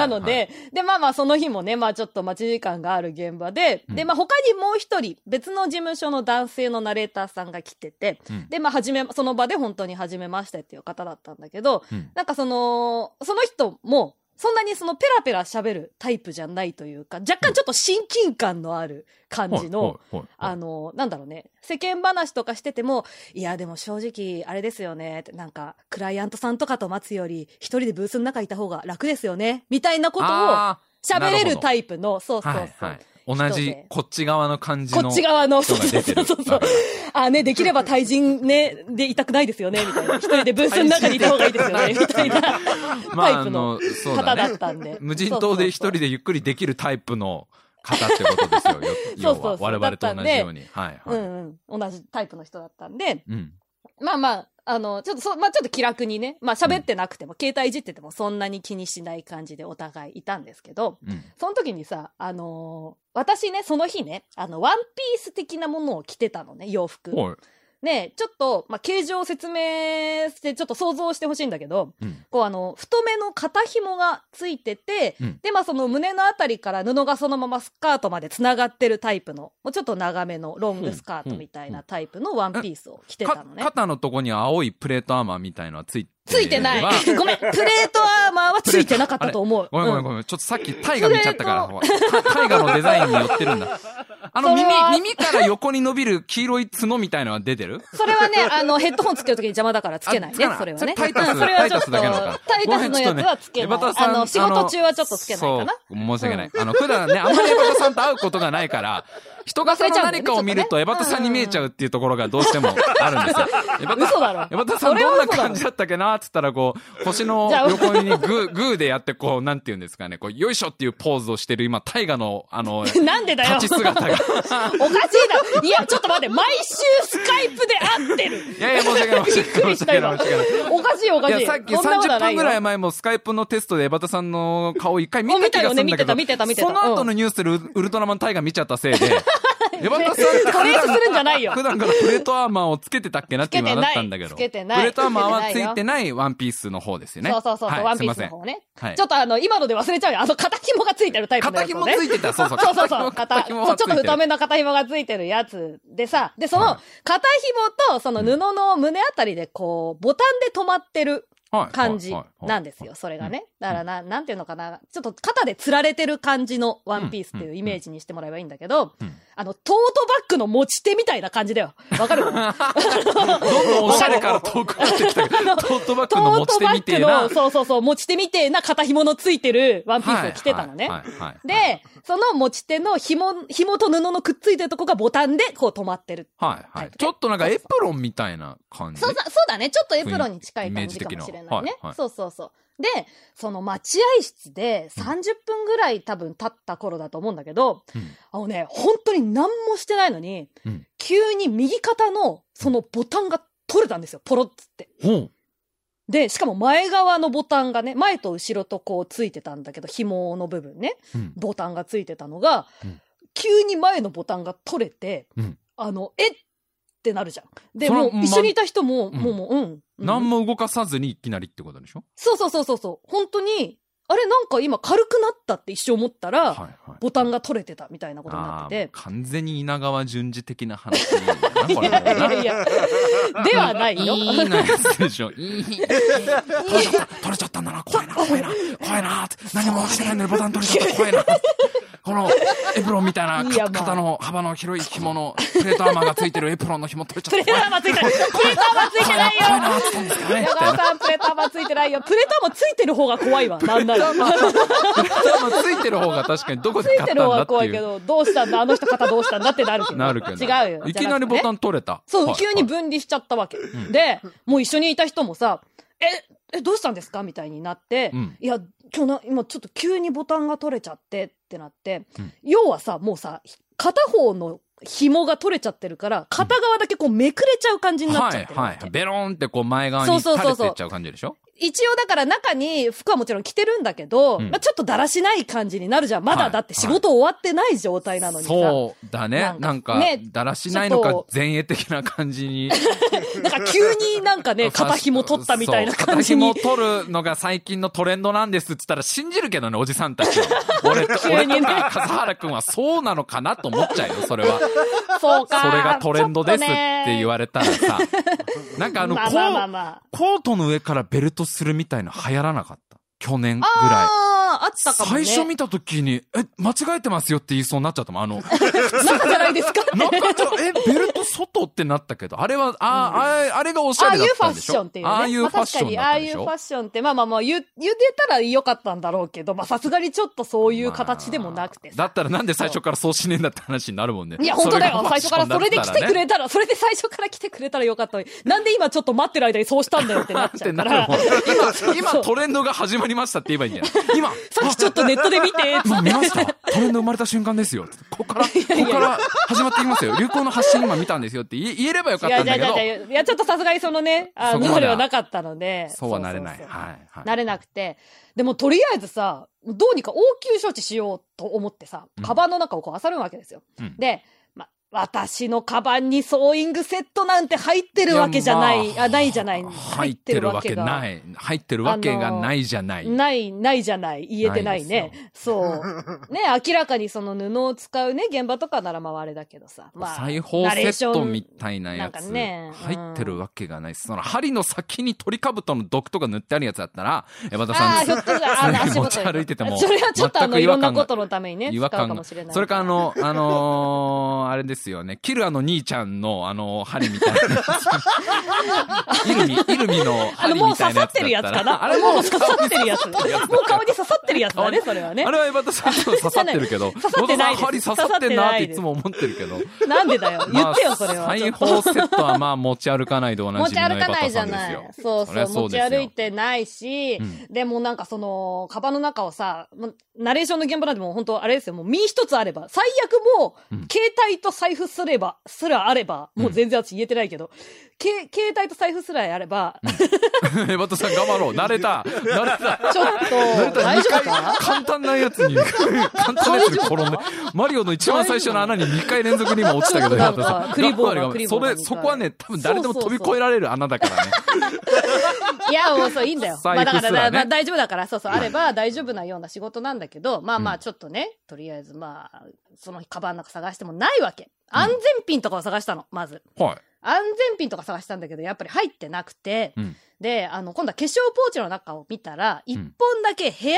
Speaker 1: なので、で、まあまあ、その日もね、まあちょっと待ち時間がある現場で、で、まあ他にもう一人、別の事務所の男性のナレーターさんが来てて、
Speaker 2: うん
Speaker 1: で、まあ、はじめ、その場で本当に初めましてっていう方だったんだけど、
Speaker 2: うん
Speaker 1: なんかその、その人も、そんなにそのペラペラ喋るタイプじゃないというか、若干ちょっと親近感のある感じの、
Speaker 2: はいはいはい
Speaker 1: あの、なんだろうね、世間話とかしてても、いや、でも正直、あれですよね、ってなんか、クライアントさんとかと待つより、一人でブースの中いた方が楽ですよね、みたいなことを
Speaker 2: あー
Speaker 1: 喋
Speaker 2: な
Speaker 1: れ
Speaker 2: る
Speaker 1: る
Speaker 2: ほど
Speaker 1: タイプの、そうそうそう。
Speaker 2: はいはい。同じ、こっち側の感じ
Speaker 1: こ
Speaker 2: の。
Speaker 1: っち側の、
Speaker 2: 人
Speaker 1: そう
Speaker 2: が
Speaker 1: そう
Speaker 2: 出てる
Speaker 1: そうそうそう。あ、ね、できれば対人ね、でいたくないですよね、みたいな。一人でブースの中にいた方がいいで すよね、みたいなタイプの
Speaker 2: そう
Speaker 1: 方
Speaker 2: だ
Speaker 1: だっ
Speaker 2: ね。
Speaker 1: たんで。
Speaker 2: 無人島で一人でゆっくりできるタイプの方ってことですよ。よ
Speaker 1: そうそう
Speaker 2: 要は、我々と同じように。はい
Speaker 1: そう
Speaker 2: は
Speaker 1: そうそう。うんうん。同じタイプの人だったんで、
Speaker 2: い。うん。
Speaker 1: まあまあ、あの、ちょっとそう、まあちょっと気楽にね、まあ喋ってなくても、携帯いじっててもそんなに気にしない感じでお互いいたんですけど、
Speaker 2: うん。
Speaker 1: その時にさ、あのー私ね、その日ね、あの、ワンピース的なものを着てたのね、洋服。
Speaker 2: はい。
Speaker 1: ね、ちょっと、まあ形状を説明して、ちょっと想像してほしいんだけど、
Speaker 2: うん。
Speaker 1: こうあの、太めの肩紐がついてて、
Speaker 2: うん
Speaker 1: で、まあその胸のあたりから布がそのままスカートまで繋がってるタイプの、もうちょっと長めのロングスカートみたいなタイプのワンピースを着てた
Speaker 2: か
Speaker 1: のね。
Speaker 2: 肩のとこに青いプレートアーマーみたいのはついて
Speaker 1: ついてない。
Speaker 2: れば
Speaker 1: ごめん、プレートアーマーはついてなかったと思う。
Speaker 2: ごめんごめん
Speaker 1: うん
Speaker 2: ごめん。ちょっとさっきタイガ見ちゃったから、ほらタイガのデザインに寄って るんだ。あの
Speaker 1: それ
Speaker 2: 耳
Speaker 1: は、
Speaker 2: 耳から横に伸びる黄色い角みたいのは出てる
Speaker 1: それはね、あの、ヘッドホンつけるときに邪魔だからつけない
Speaker 2: あつか
Speaker 1: ね
Speaker 2: な、い
Speaker 1: それはね。
Speaker 2: タイタス
Speaker 1: うんそれはちょっ
Speaker 2: タイタス
Speaker 1: と、
Speaker 2: だけなのか
Speaker 1: タイタスのやつはつけない。
Speaker 2: ごめんちょっとね江端さ
Speaker 1: あ
Speaker 2: ん
Speaker 1: の、仕事中はちょっとつけないか
Speaker 2: そ
Speaker 1: な。
Speaker 2: う申し訳ない。あの、普段ね、あんまりエバタさんと会うことがない から、人がその何かを見るとエバタさんに見えちゃうっていうところがどうしてもあるんですよ。エバタ
Speaker 1: 嘘だろ
Speaker 2: エバタさん
Speaker 1: それは
Speaker 2: どん
Speaker 1: 嘘だ
Speaker 2: な
Speaker 1: ろ
Speaker 2: 感じだったっけなっつったら、こう、腰の
Speaker 1: じゃあ
Speaker 2: 横にグー、 グーでやって、こう、なんて言うんですかね、こう、よいしょっていうポーズをしてる今、大河の、あの、立
Speaker 1: なんでだよ。おか
Speaker 2: ち
Speaker 1: しい
Speaker 2: 姿が。
Speaker 1: な。いや、ちょっと待って、毎週スカイプで会 ってる。
Speaker 2: いやいや、申し訳ない。申し
Speaker 1: びっくりした
Speaker 2: 訳ない
Speaker 1: 今。
Speaker 2: 申し訳ない。
Speaker 1: おかしいおか
Speaker 2: い
Speaker 1: しい。
Speaker 2: や、さっき
Speaker 1: そんなこと
Speaker 2: 30
Speaker 1: はな
Speaker 2: 分
Speaker 1: い
Speaker 2: ぐらい
Speaker 1: よ。
Speaker 2: 前もスカイプのテストで江端さんの顔一回見た気がするんだけど、
Speaker 1: お見たよね見てた見てた見てた
Speaker 2: その後のニュースでウウルトラマンタイガー見ちゃったせいで、 江端さんって
Speaker 1: トレースするんじゃないよ。
Speaker 2: 普段からプレートアーマーをつけてたっけなって今なったんだけど。
Speaker 1: つけてないつ
Speaker 2: プ
Speaker 1: けてない
Speaker 2: レートアーマーはついてないワンピースの方ですよね。
Speaker 1: そうそうそう、
Speaker 2: はい、
Speaker 1: ワンピース
Speaker 2: すい
Speaker 1: の
Speaker 2: ま
Speaker 1: 方ね。
Speaker 2: はい
Speaker 1: ちょっとあの、今ので忘れちゃうよ。あの、肩紐がついてるタイ
Speaker 2: せん。
Speaker 1: プのや
Speaker 2: 肩
Speaker 1: つ、
Speaker 2: 紐
Speaker 1: ね。
Speaker 2: ついてた。そうそう。
Speaker 1: そうそうそう。
Speaker 2: 肩
Speaker 1: 肩、ち
Speaker 2: 紐
Speaker 1: ょっと太め
Speaker 2: の。
Speaker 1: の肩紐がついてるやつでさ、で、そ
Speaker 2: は
Speaker 1: の、肩紐とその布の胸あたりでこう、ボタンで止まってる。
Speaker 2: はい
Speaker 1: 感じなんですよ、それがね。だからな、なんていうのかな、ちょっと肩で釣られてる感じのワンピースっていうイメージにしてもらえばいいんだけど
Speaker 2: うん、
Speaker 1: あの、トートバッグの持ち手みたいな感じだよ。わかる
Speaker 2: どんどんおしゃれから遠くなってきたけどトー トバッ
Speaker 1: ト
Speaker 2: グの
Speaker 1: ー
Speaker 2: 持ち
Speaker 1: ト
Speaker 2: 手
Speaker 1: バ
Speaker 2: みて
Speaker 1: ッ
Speaker 2: え
Speaker 1: グ
Speaker 2: な
Speaker 1: の、。 そうそうそう、持ち手みてえな肩紐のついてるワンピースを着てたのね。
Speaker 2: はいはいはいはい
Speaker 1: で、その持ち手の紐、紐と布のくっついてるとこがボタンでこう止まってる。
Speaker 2: はい
Speaker 1: タ
Speaker 2: は
Speaker 1: イ
Speaker 2: い
Speaker 1: プ。
Speaker 2: ちょっとなんかエプロンみたいな感じ。
Speaker 1: そうだ、そうだね。ちょっとエプロンに近い
Speaker 2: 雰囲
Speaker 1: 感
Speaker 2: 気
Speaker 1: じかもしれ
Speaker 2: イメージ的
Speaker 1: な
Speaker 2: ない
Speaker 1: ね。
Speaker 2: はいはい
Speaker 1: そうそうそう。で、その待合室で30分ぐらい多分経った頃だと思うんだけど、
Speaker 2: うん
Speaker 1: あのね、本当に何もしてないのに、
Speaker 2: うん
Speaker 1: 急に右肩のそのボタンが取れたんですよ。ポロッつって。
Speaker 2: ほう。
Speaker 1: で、しかも前側のボタンがね、前と後ろとこうついてたんだけど、紐の部分ね、
Speaker 2: うん
Speaker 1: ボタンがついてたのが、
Speaker 2: うん
Speaker 1: 急に前のボタンが取れて、
Speaker 2: うん
Speaker 1: あの、えっってなるじゃん。で、
Speaker 2: その
Speaker 1: もう
Speaker 2: ま
Speaker 1: 一緒にいた人も、
Speaker 2: うん
Speaker 1: もうもう、うん。
Speaker 2: 何
Speaker 1: も。
Speaker 2: も動かさずにいきなりってことでしょ
Speaker 1: そうそうそうそうそう。本当に、あれなんか今軽くなったって一瞬思ったら、
Speaker 2: はいはい。
Speaker 1: ボタンが取れてたみたいなことにな
Speaker 2: あ
Speaker 1: っ
Speaker 2: ーもう
Speaker 1: てて。
Speaker 2: 完全に稲川淳二的な話になるなこ
Speaker 1: い
Speaker 2: れ
Speaker 1: や
Speaker 2: ない
Speaker 1: やいや、ではないよ。
Speaker 2: いいなやつでしょ。いい。取れちゃった、取れちゃったんだな。怖いな、怖いな、怖いな。何もしてないのにボタン取れちゃった、怖いな。このエプロンみたいない
Speaker 1: や
Speaker 2: か
Speaker 1: まあ
Speaker 2: 肩の幅の広い紐のプレートアーマーがついてるエプロンの紐取れち
Speaker 1: プ
Speaker 2: ゃ
Speaker 1: レ
Speaker 2: った。
Speaker 1: ターマついてないプレターマついてないよ
Speaker 2: 怖いな、怖いなって言ったんですけどね。みたい
Speaker 1: 矢川
Speaker 2: な
Speaker 1: さん、プレタマついてないよ。プレタマついてる方が怖いわ。なんなら。
Speaker 2: 多分ついてる方が確かにどこ
Speaker 1: つ
Speaker 2: で
Speaker 1: い
Speaker 2: 買
Speaker 1: て
Speaker 2: ったん
Speaker 1: る方
Speaker 2: だ
Speaker 1: が
Speaker 2: って
Speaker 1: 怖い
Speaker 2: い
Speaker 1: け
Speaker 2: う。
Speaker 1: ど、どうしたんだあの人方どうしたんだってなるけど。
Speaker 2: なるけど。
Speaker 1: 違うよ。
Speaker 2: いきなりボタ
Speaker 1: ン。
Speaker 2: ン取れた。
Speaker 1: そう、
Speaker 2: はい
Speaker 1: 急に。分離しちゃったわけ。で、もう一緒にいた人もさ、え、え、どうしたんですかみたいになって、
Speaker 2: うん
Speaker 1: いや、今日な、今ちょっと急にボタンが取れちゃってってなって、
Speaker 2: うん
Speaker 1: 要はさ、もうさ、片方の紐が取れちゃってるから、片側だけこうめくれちゃう感じになっ
Speaker 2: は
Speaker 1: ちゃっ
Speaker 2: い
Speaker 1: てるわ
Speaker 2: は
Speaker 1: け。
Speaker 2: い。ベローンってこう前側に垂れていっちゃう感じでしょ
Speaker 1: 一応だから中に服はもちろん着てるんだけど、
Speaker 2: うん
Speaker 1: まあちょっとだらしない感じになるじゃん。まだ
Speaker 2: はい
Speaker 1: だって仕事終わってない状態なのにさ。
Speaker 2: そうだね。
Speaker 1: な
Speaker 2: なんん
Speaker 1: か
Speaker 2: か
Speaker 1: ね、
Speaker 2: だらしないのか
Speaker 1: 外、
Speaker 2: 前衛的な感じに。
Speaker 1: なんか急にな んかね、肩紐取ったみたいな感じ
Speaker 2: そう
Speaker 1: に。
Speaker 2: 肩紐取るのが最近のトレンドなんですって言ったら信じるけどね、おじさんたちは。 俺と、
Speaker 1: 急
Speaker 2: 俺
Speaker 1: にね
Speaker 2: とか笠原くんはそうなのかなと思っちゃうよ、そ れは。
Speaker 1: そうか。
Speaker 2: それがトレンドですって言
Speaker 1: わ
Speaker 2: われたらさ。なんかあの、
Speaker 1: まあまあまあ
Speaker 2: コ
Speaker 1: まあ。
Speaker 2: ートの上からベルトするみたいな流行らなかった。去年ぐらい。
Speaker 1: ああ、あったかもね。
Speaker 2: 最初見た時に、え、間違えてますよって言いそうになっちゃったもん、あの。
Speaker 1: 中じゃないですかって。
Speaker 2: なんかちょえ、ベルト外ってなったけど、あれは、あ、ああれがおし
Speaker 1: あ
Speaker 2: ゃ
Speaker 1: あ
Speaker 2: れ
Speaker 1: いう
Speaker 2: だっ
Speaker 1: ファ
Speaker 2: たん
Speaker 1: ッ
Speaker 2: で
Speaker 1: シ
Speaker 2: しょ
Speaker 1: ョンっていうね。
Speaker 2: ああいう
Speaker 1: ま
Speaker 2: ファッションだ
Speaker 1: あ
Speaker 2: っ
Speaker 1: あ
Speaker 2: た
Speaker 1: い
Speaker 2: で
Speaker 1: う
Speaker 2: し
Speaker 1: フ
Speaker 2: ょ
Speaker 1: ァッションって、まあまあまあ言う、言うてたら良かったんだろうけど、まあさすがにちょっとそういう形でもなくてさ
Speaker 2: だったらなんで最初からそうしねえんだって話になるもんね。
Speaker 1: いや、本当だ
Speaker 2: それ
Speaker 1: よ。
Speaker 2: が
Speaker 1: 最初からそれで来てく
Speaker 2: ファッションだっ
Speaker 1: れたら、それで最初から来てくれたらよかったのに。なんで今ちょっと待ってる間にそうしたんだよってなっちゃう
Speaker 2: た
Speaker 1: か
Speaker 2: らね。っ。
Speaker 1: ら
Speaker 2: てなるもん。今、今トレンドが始まりましたって言えばいいんだよ。 今、
Speaker 1: さっきちょっとネットで見て、
Speaker 2: 今 見ましたトレンド生まれた瞬間ですよ。ここから、ここから始まってきますよ。流行の発信今見たんですよって言え言えればよかっ
Speaker 1: い
Speaker 2: た
Speaker 1: や、
Speaker 2: ん
Speaker 1: じゃ
Speaker 2: だ
Speaker 1: あ
Speaker 2: け
Speaker 1: じゃあ
Speaker 2: ど
Speaker 1: じゃあ、いや、ちょっとさすがにそのね、あ
Speaker 2: そこまで
Speaker 1: の、
Speaker 2: は
Speaker 1: あれはなかったので。
Speaker 2: そうはなれない。
Speaker 1: そうそう
Speaker 2: はいはい。
Speaker 1: なれなくて。でも、とりあえずさ、どうにか応急処置しようと思ってさ、
Speaker 2: うん
Speaker 1: カバンの中をこう漁るわけですよ。
Speaker 2: うん
Speaker 1: で、ま、私のカバンにソーイングセットなんて入ってるわけじゃない、
Speaker 2: やま
Speaker 1: あ、ないじゃない。
Speaker 2: 入ってるわけ
Speaker 1: が
Speaker 2: ない。入ってるわけがないじゃない。
Speaker 1: ない、ないじゃない。言えてない
Speaker 2: ない
Speaker 1: ね
Speaker 2: で。
Speaker 1: そう。ね、明らかにその布を使うね、現場とかならまああれだけどさ。まあ、
Speaker 2: 裁縫セットみたいなや
Speaker 1: ナレーショ
Speaker 2: つ
Speaker 1: ンなんかねうん
Speaker 2: 入ってるわけがないですその針の先にトリカブトの毒とか塗ってあるやつだったら山田さ
Speaker 1: ああー、ひょ
Speaker 2: ん
Speaker 1: っとしたら、あ
Speaker 2: そ
Speaker 1: の、
Speaker 2: れ
Speaker 1: 足
Speaker 2: 持
Speaker 1: 元
Speaker 2: ち
Speaker 1: に
Speaker 2: 歩いてても
Speaker 1: それはちょっとあ
Speaker 2: 全
Speaker 1: の、
Speaker 2: く
Speaker 1: い
Speaker 2: 違
Speaker 1: ろ
Speaker 2: 和
Speaker 1: ん
Speaker 2: 感が
Speaker 1: なことのためにね、
Speaker 2: 違
Speaker 1: 使う
Speaker 2: 和
Speaker 1: か
Speaker 2: 感
Speaker 1: も
Speaker 2: が
Speaker 1: しれない。
Speaker 2: それかあのあのーあれですよねキルアの兄ちゃんのあの針みたいなや つイルミイルミの
Speaker 1: あ
Speaker 2: 針
Speaker 1: の、もう
Speaker 2: みた
Speaker 1: 刺
Speaker 2: いな
Speaker 1: さ
Speaker 2: やつだ
Speaker 1: って
Speaker 2: った
Speaker 1: るやつから な。
Speaker 2: あれ
Speaker 1: も
Speaker 2: も
Speaker 1: う
Speaker 2: う
Speaker 1: 刺さってるやつ。もう顔に刺さってるやつだね、それはね
Speaker 2: あ。れは山田さんと刺さってるけ ど
Speaker 1: さって
Speaker 2: 山田
Speaker 1: な
Speaker 2: さ
Speaker 1: い
Speaker 2: ん
Speaker 1: です
Speaker 2: 針刺さってんなっていつも思ってるけど
Speaker 1: なんでだよ。言ってよ、それ
Speaker 2: まあ
Speaker 1: は。ち
Speaker 2: 裁
Speaker 1: ょっと
Speaker 2: 縫セットはまあ持ち歩かないでおな
Speaker 1: 持
Speaker 2: じ
Speaker 1: ち
Speaker 2: みの
Speaker 1: 歩かない
Speaker 2: 江
Speaker 1: じゃ
Speaker 2: さんで
Speaker 1: な
Speaker 2: す
Speaker 1: い
Speaker 2: よ。。
Speaker 1: そう
Speaker 2: り
Speaker 1: そ
Speaker 2: ゃ
Speaker 1: う、持ち
Speaker 2: ですよ
Speaker 1: 歩いてないし、
Speaker 2: ん
Speaker 1: でもなんかその、カバンの中をさ、もうナレーションの現場なんてもう本当あれですよ、もう身一つあれば、最悪もう、
Speaker 2: うん
Speaker 1: 携帯と財布すれば、すらあれば、もう全然私言えてないけど、け携帯と財布すらあれば、
Speaker 2: エバトさん頑張ろう。慣れた。慣 れ た。
Speaker 1: ちょっと、大丈夫か
Speaker 2: 簡単なやつに、 簡単なやつに転んで、マリオの一番最初の穴に2回連続に今落ちたけど、
Speaker 1: そうな
Speaker 2: 岩
Speaker 1: んだ
Speaker 2: 田さん。
Speaker 1: クリボー
Speaker 2: 頑張
Speaker 1: が
Speaker 2: れ頑張
Speaker 1: クリ
Speaker 2: れ
Speaker 1: ボ
Speaker 2: そ
Speaker 1: ーが
Speaker 2: れ、そこはね、多分誰でも飛び越えられる穴だからね。
Speaker 1: いや、もうそう、いいんだよ。ま
Speaker 2: 財布
Speaker 1: あだから、
Speaker 2: すらね
Speaker 1: まあ大丈夫だから、そうそう、あれば大丈夫なような仕事なんだけど、まあまあ、ちょっとね、とりあえずまあ、そのカバンなんか探してもないわけ。安全ピンとかを探したの、まず。
Speaker 2: はい。
Speaker 1: 安全ピンとか探したんだけど、やっぱり入ってなくて、
Speaker 2: うん
Speaker 1: で、あの、今度は化粧ポーチの中を見たら、
Speaker 2: ん
Speaker 1: 一本だけヘアピ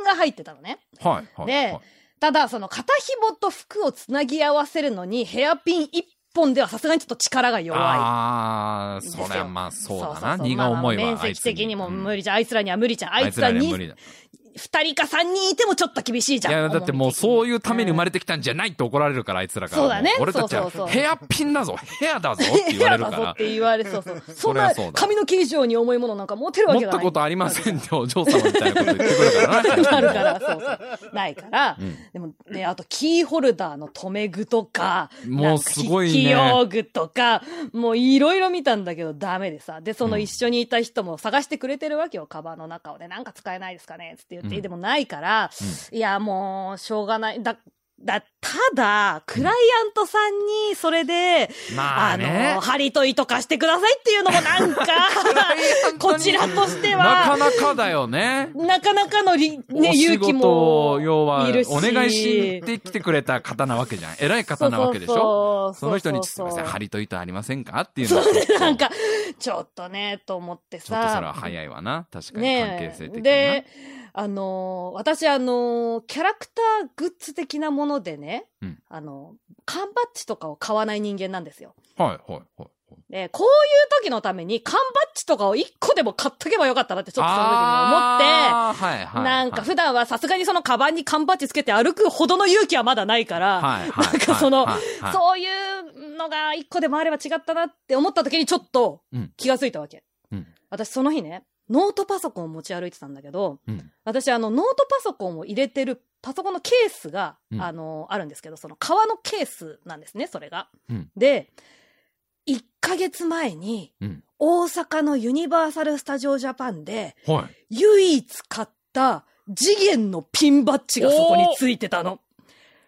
Speaker 1: ンが入ってたのね。
Speaker 2: はいはい
Speaker 1: で
Speaker 2: はい
Speaker 1: ただ、その肩紐と服をつなぎ合わせるのに、ヘアピン一本ではさすがにちょっと力が弱い。
Speaker 2: ああ
Speaker 1: です
Speaker 2: そ
Speaker 1: よ
Speaker 2: れはまあそうだ
Speaker 1: そ
Speaker 2: な
Speaker 1: うそう
Speaker 2: 荷が重いわ、
Speaker 1: まあまあ面積的にも無理じゃん。あいつらには無理じゃん。
Speaker 2: あ
Speaker 1: あ
Speaker 2: い
Speaker 1: い
Speaker 2: つ
Speaker 1: つ
Speaker 2: ら
Speaker 1: ら
Speaker 2: には
Speaker 1: に
Speaker 2: 無、理だ
Speaker 1: 二人か三人いてもちょっと厳しいじゃん。
Speaker 2: いやだってもうそういうために生ま
Speaker 1: れ
Speaker 2: れてきたんじゃないって怒られるからあいつらから
Speaker 1: そうだね
Speaker 2: も俺たち
Speaker 1: そ
Speaker 2: は
Speaker 1: うそうそう
Speaker 2: ヘアピンだぞヘアだぞって
Speaker 1: ヘ
Speaker 2: 言わ
Speaker 1: ア
Speaker 2: れる
Speaker 1: だ
Speaker 2: か
Speaker 1: ぞっ
Speaker 2: ら
Speaker 1: て言われ そうそう。そ
Speaker 2: そ
Speaker 1: ん
Speaker 2: りゃ
Speaker 1: な
Speaker 2: そうだ
Speaker 1: 髪の毛以上に重いものなんか持てるわ
Speaker 2: 持
Speaker 1: け
Speaker 2: っ
Speaker 1: がない。
Speaker 2: たことありませんってお嬢様みたいなこと言ってくるからな
Speaker 1: なるから、そう そう。ないから、
Speaker 2: うん
Speaker 1: でも、ね、あと、キーホルダーの留め具とか、
Speaker 2: もう
Speaker 1: なんか
Speaker 2: すごいね
Speaker 1: 筆記用具とか、もういろいろ見たんだけど、ダメでさ。で、その一緒にいた人も探してくれてるわけよ、カバンの中をね。なんか使えないですかねつって言って、
Speaker 2: うん
Speaker 1: でもないから、いや、もう、しょうがない。だ、だ、ただ、クライアントさんに、それで、
Speaker 2: まあ
Speaker 1: あ
Speaker 2: ね
Speaker 1: の、張りと糸貸してくださいっていうのもなんか、 こちらとして
Speaker 2: な
Speaker 1: は、
Speaker 2: かなかだよね
Speaker 1: なかなかのり、ね、
Speaker 2: お仕
Speaker 1: 勇
Speaker 2: 事
Speaker 1: 気も
Speaker 2: を、要はい
Speaker 1: るし。
Speaker 2: お願いしてきてくれた方なわけじゃん偉い方なわけでしょ
Speaker 1: ょ
Speaker 2: その人に「すみません針と糸ありませんか?」っていうのはちょっと
Speaker 1: なんか、ちょっとね、と思って
Speaker 2: ちょっとそれは
Speaker 1: さ。
Speaker 2: 早いわな確かに関係
Speaker 1: ね
Speaker 2: 性的
Speaker 1: え。
Speaker 2: に
Speaker 1: で、あのー、私、あのー、キャラクターグッズ的なものでね、
Speaker 2: うん
Speaker 1: あの、缶バッジとかを買わない人間なんですよ。
Speaker 2: なはいはいはい
Speaker 1: で、こういう時のために缶バッジとかを一個でも買っとけばよかったなって、ちょっとその時に思って、
Speaker 2: あーはいはい
Speaker 1: なんか普段はさすがにそのカバンに缶バッジつけて歩くほどの勇気はまだないから、
Speaker 2: はいはい
Speaker 1: なんかその、
Speaker 2: はいはいはい
Speaker 1: そういうのが一個でもあれば違ったなって思った時にちょっと
Speaker 2: うん
Speaker 1: 気がついたわけ。
Speaker 2: うん
Speaker 1: 私その日ね、ノートパソコンを持ち歩いてたんだけど、
Speaker 2: うん
Speaker 1: 私あのノートパソコンを入れてるパソコンのケースが、
Speaker 2: うん
Speaker 1: あの、あるんですけど、その革のケースなんですね、それが。
Speaker 2: うん
Speaker 1: で、1ヶ月前に、
Speaker 2: うん
Speaker 1: 大阪のユニバーサル・スタジオ・ジャパンで、
Speaker 2: はい
Speaker 1: 唯一買った次元のピンバッジがそこについてたの。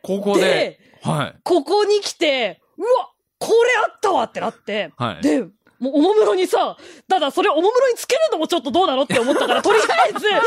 Speaker 2: ここではい
Speaker 1: ここに来て、うわこれあったわってなって、
Speaker 2: はい
Speaker 1: で、もうおもむろにさ、ただそれおもむろにつけるのもちょっとどうなのって思ったから、とりあ えず、とりあ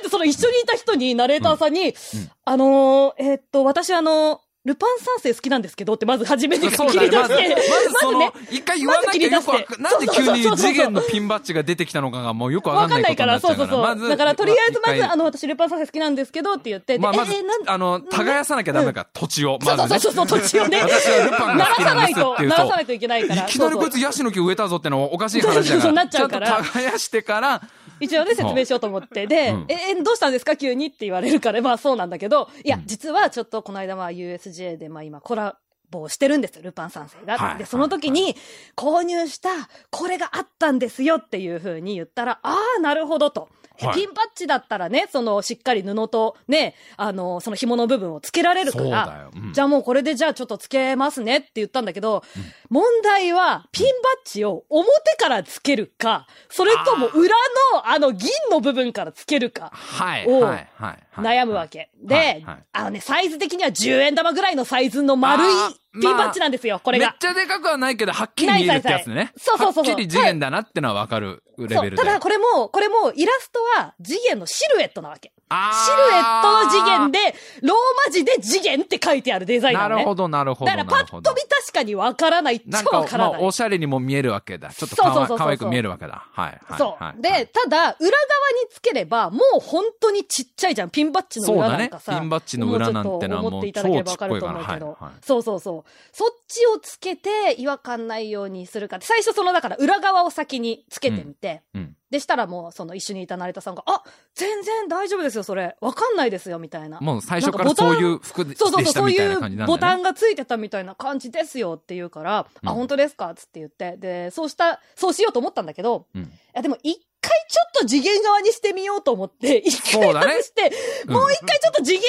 Speaker 1: えずその一緒にいた人に、ナレーターさん
Speaker 2: う
Speaker 1: に、
Speaker 2: ん
Speaker 1: あのー、えーっと、私あのルパン三世好きなんですけどってまず初めて切
Speaker 2: そうだね
Speaker 1: り出
Speaker 2: ま
Speaker 1: し
Speaker 2: ず、ま
Speaker 1: て、
Speaker 2: ずそ
Speaker 1: ま
Speaker 2: の、一回言わなきゃよくわか
Speaker 1: まず切り出し
Speaker 2: なんで急
Speaker 1: てそうそうそうそう
Speaker 2: に次元のピンバッジが出てきたのかがもうよくわか
Speaker 1: わ
Speaker 2: ん
Speaker 1: か
Speaker 2: なんい
Speaker 1: な
Speaker 2: こと
Speaker 1: いか
Speaker 2: になっ
Speaker 1: ら、
Speaker 2: ちゃ
Speaker 1: そう
Speaker 2: うか
Speaker 1: そう
Speaker 2: ら、
Speaker 1: そう。だから、とりあえず、まず、あ
Speaker 2: の、
Speaker 1: の、私、ルパン三世好きなんですけどって言って、
Speaker 2: まあ、
Speaker 1: で
Speaker 2: まず
Speaker 1: えー、なん、
Speaker 2: あの、耕さなきゃダメか、土地を、まず
Speaker 1: そ
Speaker 2: ね
Speaker 1: う。そうそうそう、土地をね、
Speaker 2: 私はルパンが
Speaker 1: 鳴ら
Speaker 2: 好き
Speaker 1: さ
Speaker 2: なん
Speaker 1: な
Speaker 2: で
Speaker 1: い
Speaker 2: すっ
Speaker 1: と、
Speaker 2: てい
Speaker 1: 鳴
Speaker 2: うと。
Speaker 1: らさないといけないから。
Speaker 2: いきなりこ
Speaker 1: そ
Speaker 2: いう
Speaker 1: そ
Speaker 2: つ
Speaker 1: う
Speaker 2: ヤシの木植えたぞってのはおかしい話だ
Speaker 1: そうそうそう
Speaker 2: か
Speaker 1: な
Speaker 2: ら、
Speaker 1: っ
Speaker 2: ち
Speaker 1: ちゃ
Speaker 2: ゃ
Speaker 1: うん
Speaker 2: と
Speaker 1: から
Speaker 2: 耕してから、
Speaker 1: 一応ね、説明しようと思って。で、
Speaker 2: うん
Speaker 1: え、えどうしたんですか急にって言われるから、まあそうなんだけど、いや
Speaker 2: うん、
Speaker 1: 実はちょっとこの間、まあ USJ で、まあ今コラボをしてるんですよ、ルパン三世が。
Speaker 2: はい
Speaker 1: で、その時に、購入した、これがあったんですよっていう風に言ったら、ああ、なるほどと。で
Speaker 2: はい
Speaker 1: ピンバッジだったらね、その、しっかり布とね、あの、その紐の部分をつけられるか
Speaker 2: そう
Speaker 1: ら、
Speaker 2: だよ。うん
Speaker 1: じゃあもうこれでじゃあちょっとつけますねって言ったんだけど、問題はピンバッジを表からつけるか、それとも裏のあの銀の部分からつけるか。
Speaker 2: はい、
Speaker 1: を
Speaker 2: はい、はい。
Speaker 1: 悩むわけ。で、
Speaker 2: はいはい
Speaker 1: あのね、サイズ的には10円玉ぐらいのサイズの丸い
Speaker 2: あー
Speaker 1: ピンバッジなんですよ、こ
Speaker 2: め
Speaker 1: れ
Speaker 2: っ
Speaker 1: が。
Speaker 2: ちゃでかくはないけど、はっきり見えるってやつね。
Speaker 1: そうそうそうそ
Speaker 2: は
Speaker 1: う
Speaker 2: っきり次元だなってのはわかるレベ
Speaker 1: そう
Speaker 2: ルで。
Speaker 1: ただこれも、これもイラストは次元のシルエットなわけ。シルエットの次元
Speaker 2: で
Speaker 1: で、ローマ字で次元って書いてあるデザインな
Speaker 2: な
Speaker 1: のね。
Speaker 2: るほど、なるほど。
Speaker 1: だからパッと見確かにわからない。
Speaker 2: なん
Speaker 1: 超わ
Speaker 2: か、
Speaker 1: から
Speaker 2: ま
Speaker 1: な
Speaker 2: あ、
Speaker 1: い。
Speaker 2: おしゃれにも見えるわけだ。ちょっと
Speaker 1: そう
Speaker 2: か
Speaker 1: そうそう
Speaker 2: わ
Speaker 1: そう
Speaker 2: かわいく見えるわけだ。はい。はい
Speaker 1: そう、
Speaker 2: はい
Speaker 1: で、、ただ、裏側につければ、もう本当にちっちゃいじゃん。ピンバッジの
Speaker 2: そう
Speaker 1: 裏
Speaker 2: だ
Speaker 1: なん
Speaker 2: ね
Speaker 1: か。さ。
Speaker 2: ピンバッジの裏なんてのは
Speaker 1: も
Speaker 2: も
Speaker 1: うち
Speaker 2: う
Speaker 1: ょっと思っていただけれ
Speaker 2: 超
Speaker 1: ば
Speaker 2: ち
Speaker 1: わ
Speaker 2: っ
Speaker 1: か
Speaker 2: こ
Speaker 1: る
Speaker 2: い
Speaker 1: と
Speaker 2: から。
Speaker 1: 思う
Speaker 2: は
Speaker 1: け
Speaker 2: い。
Speaker 1: ど
Speaker 2: はい。
Speaker 1: そうそうそう。そっちをつけて違和感ないようにするかって。最初その、だから裏側を先につけてみて。
Speaker 2: うん。
Speaker 1: でしたらもう、その一緒にいた成田さんが、あ全然大丈夫ですよ、それ。わかんないですよ、みたいな。
Speaker 2: もう最初からそういう服で
Speaker 1: そうそ
Speaker 2: で
Speaker 1: うそう、
Speaker 2: した
Speaker 1: そう
Speaker 2: みたい
Speaker 1: い
Speaker 2: な感じ
Speaker 1: う
Speaker 2: なんだね。
Speaker 1: ボタンがついてたみたいな感じですよって言うから、
Speaker 2: うん
Speaker 1: あ、本当ですかつって言って。で、そうした、そうしようと思ったんだけど、
Speaker 2: うん
Speaker 1: いやでも一回ちょっと次元側にしてみようと思って、一
Speaker 2: そう
Speaker 1: 回
Speaker 2: だ ね
Speaker 1: 外して、
Speaker 2: うん
Speaker 1: もう一回ちょっと次元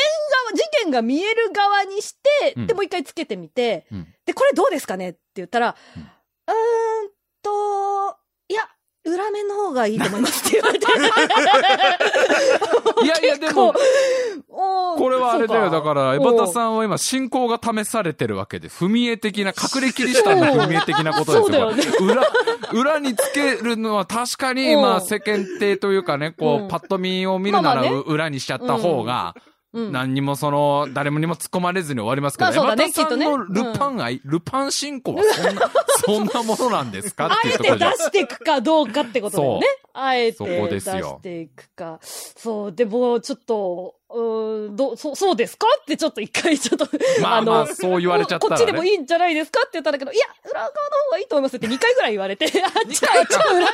Speaker 1: 側、次元が見える側にして、
Speaker 2: うん
Speaker 1: で、もう一回つけてみて、
Speaker 2: うん
Speaker 1: で、これどうですかねって言ったら、
Speaker 2: う
Speaker 1: うんーんと、いや、裏目の方がいいと思いますって言わ れて。
Speaker 2: いやいや、でも、
Speaker 1: おー、
Speaker 2: これはあれだ
Speaker 1: そ
Speaker 2: よ。
Speaker 1: う
Speaker 2: だから、江端
Speaker 1: ん。
Speaker 2: さんは今、信仰が試されてるわけで、踏み絵的な、隠れキリシタンの踏み絵的なことですよ。
Speaker 1: そうそう
Speaker 2: これ裏、裏につけるのは確かに、
Speaker 1: うん
Speaker 2: まあ、世間体というかね、こ
Speaker 1: うん
Speaker 2: う、パッと見を見るな
Speaker 1: まあまあ
Speaker 2: ら、
Speaker 1: ね
Speaker 2: う裏にしちゃった方が、
Speaker 1: うん
Speaker 2: 何にもその、誰もにも突っ込まれずに終わりますけど、
Speaker 1: まあそうだね
Speaker 2: 山田さんの
Speaker 1: きっとねうん
Speaker 2: ルパン愛、ルパン信仰はそんな、そ んなものなんですか
Speaker 1: あ
Speaker 2: っていう
Speaker 1: え
Speaker 2: ところ
Speaker 1: て出
Speaker 2: で。
Speaker 1: していくかどうかってことだよね。あえ
Speaker 2: そ
Speaker 1: て
Speaker 2: こ
Speaker 1: 出
Speaker 2: ですよ
Speaker 1: していくか。そう、でも、ちょっと、うーん、どう、そう、そうですかってちょっと一回ちょっと、
Speaker 2: まあまあ、そう言われちゃった
Speaker 1: こ
Speaker 2: ら、
Speaker 1: っ
Speaker 2: ね。
Speaker 1: ちでもいいんじゃないですかって言ったんだけど、いや、裏側の方がいいと思いますって2回ぐらい言われて、あ、じゃあ、 じゃあ裏に、じゃあ裏に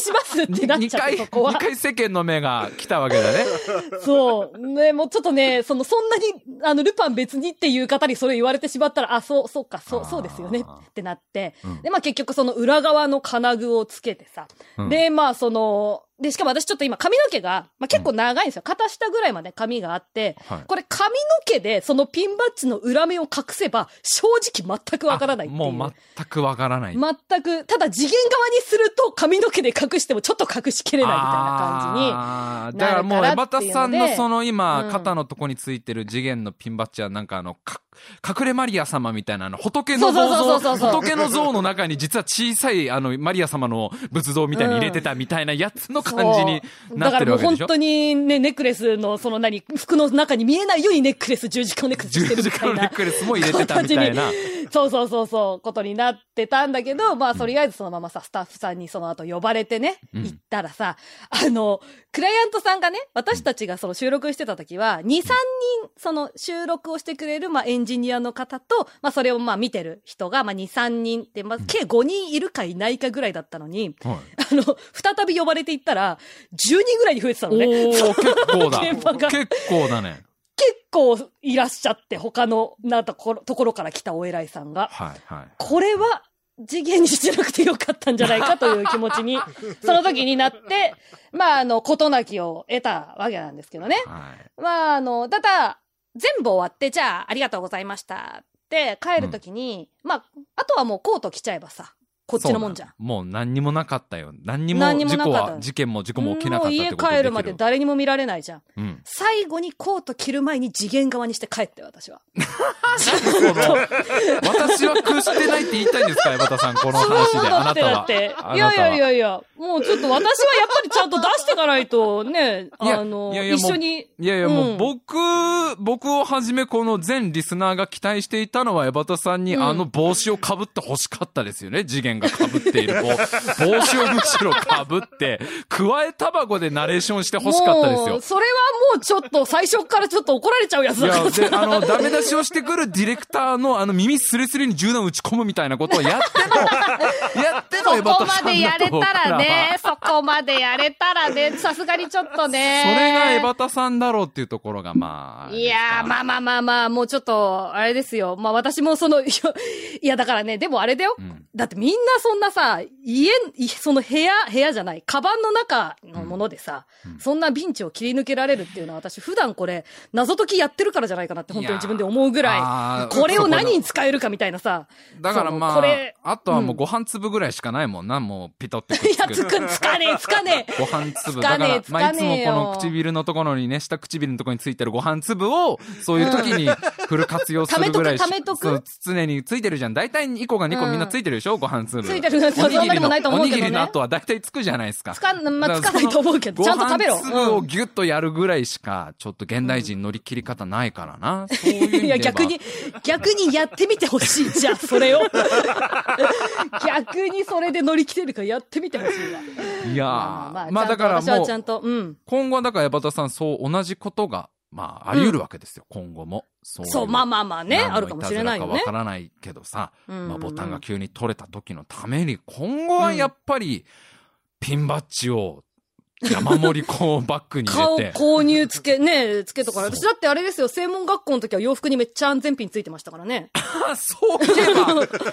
Speaker 1: しますってなっ
Speaker 2: 二
Speaker 1: ちゃっ
Speaker 2: 回、
Speaker 1: て、そこ
Speaker 2: 二
Speaker 1: は。
Speaker 2: 回世間の目が来たわけだね。
Speaker 1: そう。ね、もうちょっとね、その、そんなに、あの、ルパン別にっていう方にそれ言われてしまったら、あ、そう、そうか、そ
Speaker 2: あ
Speaker 1: う、
Speaker 2: ー
Speaker 1: そうですよねってなって、
Speaker 2: うん
Speaker 1: で、まあ結局その裏側の金具をつけてさ、
Speaker 2: うん
Speaker 1: で、まあその、で、しかも私ちょっと今髪の毛が、まあ結構長いんですよ。肩下ぐらいまで髪があって、
Speaker 2: はい
Speaker 1: これ髪の毛でそのピンバッジの裏面を隠せば、正直全くわからないっていう。
Speaker 2: あもう全くわからない。
Speaker 1: 全く、ただ次元側にすると髪の毛で隠してもちょっと隠しきれないみたいな感じに。
Speaker 2: あーだ
Speaker 1: なる
Speaker 2: か
Speaker 1: からら
Speaker 2: もう、江端さん
Speaker 1: っていうの
Speaker 2: の
Speaker 1: で
Speaker 2: その今、
Speaker 1: うん
Speaker 2: 肩のとこについてる次元のピンバッジは、なんかあの、か隠れマリア様みたいな、あの、仏の像
Speaker 1: そうそうそうそうそう
Speaker 2: 仏の像の中に実は小さい、あの、マリア様の仏像みたいに入れてたみたいなやつの感じに
Speaker 1: そう
Speaker 2: なってるわけでしょ
Speaker 1: だからもう本当にね、ネックレスの、その何、服の中に見えないようにネックレス、十字架をネックレスし
Speaker 2: 十
Speaker 1: てるみ
Speaker 2: 字
Speaker 1: た
Speaker 2: 架
Speaker 1: い
Speaker 2: のネッ
Speaker 1: な。
Speaker 2: クレスも入れてたみたいな。
Speaker 1: そうそうそうそう、ことになってたんだけど、まあ、とりあえずそのままさ、スタッフさんにその後呼ばれてね、
Speaker 2: うん
Speaker 1: 行ったらさ、あの、クライアントさんがね、私たちがその収録してた時は、2、3人、その収録をしてくれる、まあ、エンジニアの方と、まあ、それをまあ、見てる人が、まあ、2、3人って、まあ、計5人いるかいないかぐらいだったのに、
Speaker 2: はい
Speaker 1: あの、再び呼ばれていったら、10人ぐらいに増えてたの
Speaker 2: お
Speaker 1: ね。
Speaker 2: ー、結構だ。
Speaker 1: 現場が
Speaker 2: 結構だね。
Speaker 1: 結構いらっしゃって、他のなところところから来たお偉いさんが、
Speaker 2: はい、はい。
Speaker 1: これは次元にしてなくてよかったんじゃないかという気持ち に、その時になって、まあ、あの、事なきを得たわけなんですけどね。
Speaker 2: はい。
Speaker 1: まあ、あの、ただ、全部終わって、じゃあ、ありがとうございましたって帰る時に、まあ、あとはもうコート着ちゃえばさ、こっちのもんじゃん。
Speaker 2: そうなのもう何にもなかったよ。何にも
Speaker 1: 何にも
Speaker 2: 事
Speaker 1: なか
Speaker 2: 故
Speaker 1: った
Speaker 2: は、事件も事故も起きなかったってこと
Speaker 1: もう家帰るま
Speaker 2: で
Speaker 1: で
Speaker 2: きる
Speaker 1: 誰にも見られないじゃん。
Speaker 2: うん。
Speaker 1: 最後にコート着る前に次元側にして帰って私は。
Speaker 2: 私は屈してないって言いたいんですか、江端さん、この話で。あ
Speaker 1: だ
Speaker 2: な
Speaker 1: って
Speaker 2: た
Speaker 1: だっ
Speaker 2: は。
Speaker 1: て
Speaker 2: あ。
Speaker 1: い
Speaker 2: な
Speaker 1: やい
Speaker 2: たは
Speaker 1: やいやいや、もうちょっと私はやっぱりちゃんと出していかないとね、
Speaker 2: いや
Speaker 1: あの、
Speaker 2: いやいやもう
Speaker 1: 一緒に。
Speaker 2: いやいや、もううん僕、僕をはじめこの全リスナーが期待していたのは、江端さんに
Speaker 1: うん
Speaker 2: あの帽子を被って欲しかったですよね。次元が被っている帽帽子をむしろ被って、加えタバコでナレーションして欲しかったです
Speaker 1: も
Speaker 2: よ
Speaker 1: う、。それはもうちょっと最初からちょっと怒られちゃうやつ
Speaker 2: い
Speaker 1: だか
Speaker 2: や、
Speaker 1: ら
Speaker 2: で、あ
Speaker 1: さ。
Speaker 2: の、ダメ出しをしてくるディレクターの、あの、耳スレスレに銃弾打ち込むみたいなことをやっ ての、やっての
Speaker 1: そ
Speaker 2: 江
Speaker 1: こ
Speaker 2: 端さんだと
Speaker 1: までやれたら
Speaker 2: 僕は
Speaker 1: ね、そこまでやれたらね、さすがにちょっとね。
Speaker 2: それが江端さんだろうっていうところが、まあ。
Speaker 1: いやー、まあまあまあまあ、もうちょっと、あれですよ。まあ私もその、いや、いやだからね、でもあれだよ。
Speaker 2: ん
Speaker 1: だってみんなそんなさ、家、いその部屋、部屋じゃない、カバンの中のものでさ、そんなビンチを切り抜けられるっていうのは私普段これ、謎解きやってるからじゃないかなって本当に自分で思うぐ
Speaker 2: いやーあ
Speaker 1: らい、
Speaker 2: ー
Speaker 1: これを何に使えるかみたいなさ。
Speaker 2: だから
Speaker 1: その
Speaker 2: ま
Speaker 1: こ
Speaker 2: あ
Speaker 1: れ、、
Speaker 2: あとはもう
Speaker 1: うん
Speaker 2: ご飯粒ぐらいしかないもんな、もうピトってくっ
Speaker 1: い
Speaker 2: つ
Speaker 1: や、
Speaker 2: く。
Speaker 1: つく、つかねえ、つかねえ。
Speaker 2: ご飯粒。
Speaker 1: つ
Speaker 2: だか
Speaker 1: かねえ
Speaker 2: ら、まあ、い
Speaker 1: つ
Speaker 2: つ
Speaker 1: か
Speaker 2: も
Speaker 1: ねえ
Speaker 2: こ
Speaker 1: よ
Speaker 2: の唇のところにね、下唇のところについてるご飯粒を、そういう時にフル活用するぐらいし
Speaker 1: 溜めとく溜
Speaker 2: そ
Speaker 1: め
Speaker 2: う
Speaker 1: とく
Speaker 2: 常についてるじゃん。大体2個が2個
Speaker 1: うん
Speaker 2: みんなついてるでしょ、ご飯粒。
Speaker 1: ついてるそうそんなでもないと思うけ
Speaker 2: お
Speaker 1: どね
Speaker 2: にぎりの後は大体つくじゃないですか。
Speaker 1: つかんまあ
Speaker 2: だら
Speaker 1: つかないと思うけど
Speaker 2: その
Speaker 1: ちゃんと食べろ
Speaker 2: ご飯粒をギュッとやるぐらいしか、ちょっと現代人乗り切り方ないからな。そういう意味では。
Speaker 1: いや、逆に、逆にやってみてほしいじ ゃん、それを。逆にそれで乗り切れるからやってみてほしいわ。
Speaker 2: いやー
Speaker 1: まあまあ、
Speaker 2: まあだから
Speaker 1: ち
Speaker 2: も
Speaker 1: ゃんと私
Speaker 2: う
Speaker 1: はちゃんと、うん。
Speaker 2: 今後はだから、矢端さん、そう、同じことが、まあ、あり得るわけですよ、今後も。そ
Speaker 1: そう、まあまあまあね、
Speaker 2: 何の
Speaker 1: あるかもしれないよ
Speaker 2: い
Speaker 1: ね
Speaker 2: たずらか。わからないけどさ、
Speaker 1: うん
Speaker 2: まあ、ボタンが急に取れた時のために、今後はやっぱり、ピンバッジを、山盛りこう、バッグに
Speaker 1: 顔
Speaker 2: 入れて。
Speaker 1: 購入つけ、ね、つけとか、
Speaker 2: そう
Speaker 1: 私だってあれですよ、専門学校の時は洋服にめっちゃ安全ピンついてましたからね。
Speaker 2: あそういえ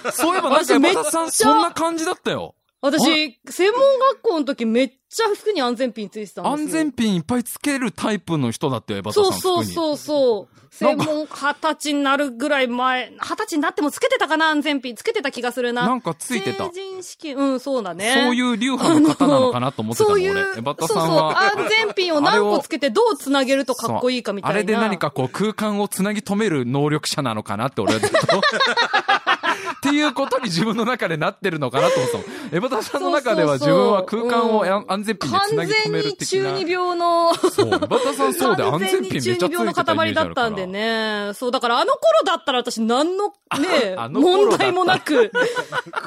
Speaker 2: ば、そういえばなんか、
Speaker 1: 私め
Speaker 2: 矢
Speaker 1: っちゃ
Speaker 2: 端さん、そんな感じだったよ。
Speaker 1: 私、専門学校の時めっちゃ服に安全ピンついてたんですよ。
Speaker 2: 安全ピンいっぱいつけるタイプの人だったよ、矢端さん。
Speaker 1: そうそう
Speaker 2: う。
Speaker 1: そうそう。
Speaker 2: なん
Speaker 1: 専
Speaker 2: か
Speaker 1: 門、二十歳になるぐらい前、二十歳になってもつけてたかな、安全ピン。つけてた気がするな。
Speaker 2: なんかついてた
Speaker 1: 成。人式、うん、そうだね。。
Speaker 2: そういうう流派の方なのかなと思ってたもん、
Speaker 1: そう
Speaker 2: 俺。
Speaker 1: い
Speaker 2: 江端
Speaker 1: う、そう
Speaker 2: さ
Speaker 1: そうん
Speaker 2: は。
Speaker 1: 安全ピンを何個つけてどうつなげるとかっこいいかみたいな。
Speaker 2: そうあれで何かこう空間をつなぎ止める能力者なのかなって俺はずっとっていうことに自分の中でなってるのかなと思ったのエバタさんの中では
Speaker 1: そ
Speaker 2: 自
Speaker 1: うそうそう
Speaker 2: 分は空間をや
Speaker 1: うん
Speaker 2: 安全ピンで
Speaker 1: 完
Speaker 2: つなぎ止
Speaker 1: 全
Speaker 2: める
Speaker 1: に
Speaker 2: 的な
Speaker 1: 中。二病の、
Speaker 2: そう、エバタさんそうで安
Speaker 1: 完全
Speaker 2: 全ピ
Speaker 1: に
Speaker 2: ンめっちゃつい
Speaker 1: 中二
Speaker 2: て
Speaker 1: 病の
Speaker 2: たイメー
Speaker 1: 塊
Speaker 2: ジ
Speaker 1: だ
Speaker 2: ある
Speaker 1: っ
Speaker 2: か
Speaker 1: た
Speaker 2: ら
Speaker 1: んでね。そう、だからあの頃だったら私何のね
Speaker 2: あ、の頃だ
Speaker 1: 問
Speaker 2: った
Speaker 1: 題も なく、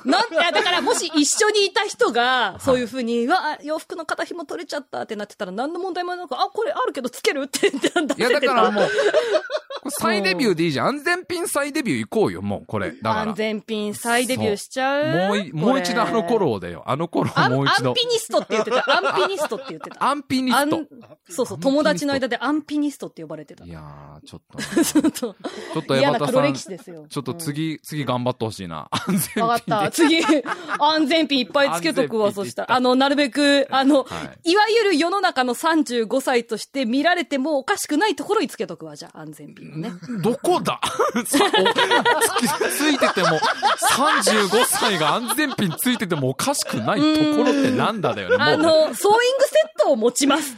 Speaker 1: なんいやだからもし一緒にいた人が、そういうふうに、わあ、洋服の肩紐取れちゃったってなってたら何の問題もなく、あ、これあるけどつけるって言って
Speaker 2: い
Speaker 1: 出
Speaker 2: や、
Speaker 1: せ
Speaker 2: だ
Speaker 1: て
Speaker 2: から
Speaker 1: た。
Speaker 2: もう、これ再デビューでいいじゃん。安全ピン再デビュー行こうよ、もう、これ。だから
Speaker 1: 安。全ピン再デビューしちゃう
Speaker 2: もうい、もう一度あの。
Speaker 1: これ
Speaker 2: 頃をだよ。あの頃を
Speaker 1: アン
Speaker 2: もう一
Speaker 1: ア
Speaker 2: 度
Speaker 1: ンピ。ニストって言ってた。アンピニストって言ってた。
Speaker 2: アンピニスト。
Speaker 1: アンそうそう、友達の間でアンピニストって呼ばれてた
Speaker 2: い。やー、ちょっとな、
Speaker 1: ちょっと、
Speaker 2: ちょっと
Speaker 1: 嫌
Speaker 2: 山
Speaker 1: な
Speaker 2: 田
Speaker 1: 黒
Speaker 2: さん、
Speaker 1: 歴
Speaker 2: ち
Speaker 1: 史ですよ。
Speaker 2: ょっと次、次頑張ってほしいな。安全ピンで。
Speaker 1: わかった。次、安全ピンいっぱいつけとくわ、
Speaker 2: 安全ピンって言った
Speaker 1: そしたら。あの、なるべく、あ
Speaker 2: は
Speaker 1: の、、
Speaker 2: い
Speaker 1: わゆる世の中の35歳として見られてもおかしくないところにつけとくわ、じゃあ、安全ピンをね。
Speaker 2: どこだ さおつついてても、35歳が安全ピンついててもおかしくないところってなんだだよね、もうね。
Speaker 1: あの、ソーイングセットを持ちます。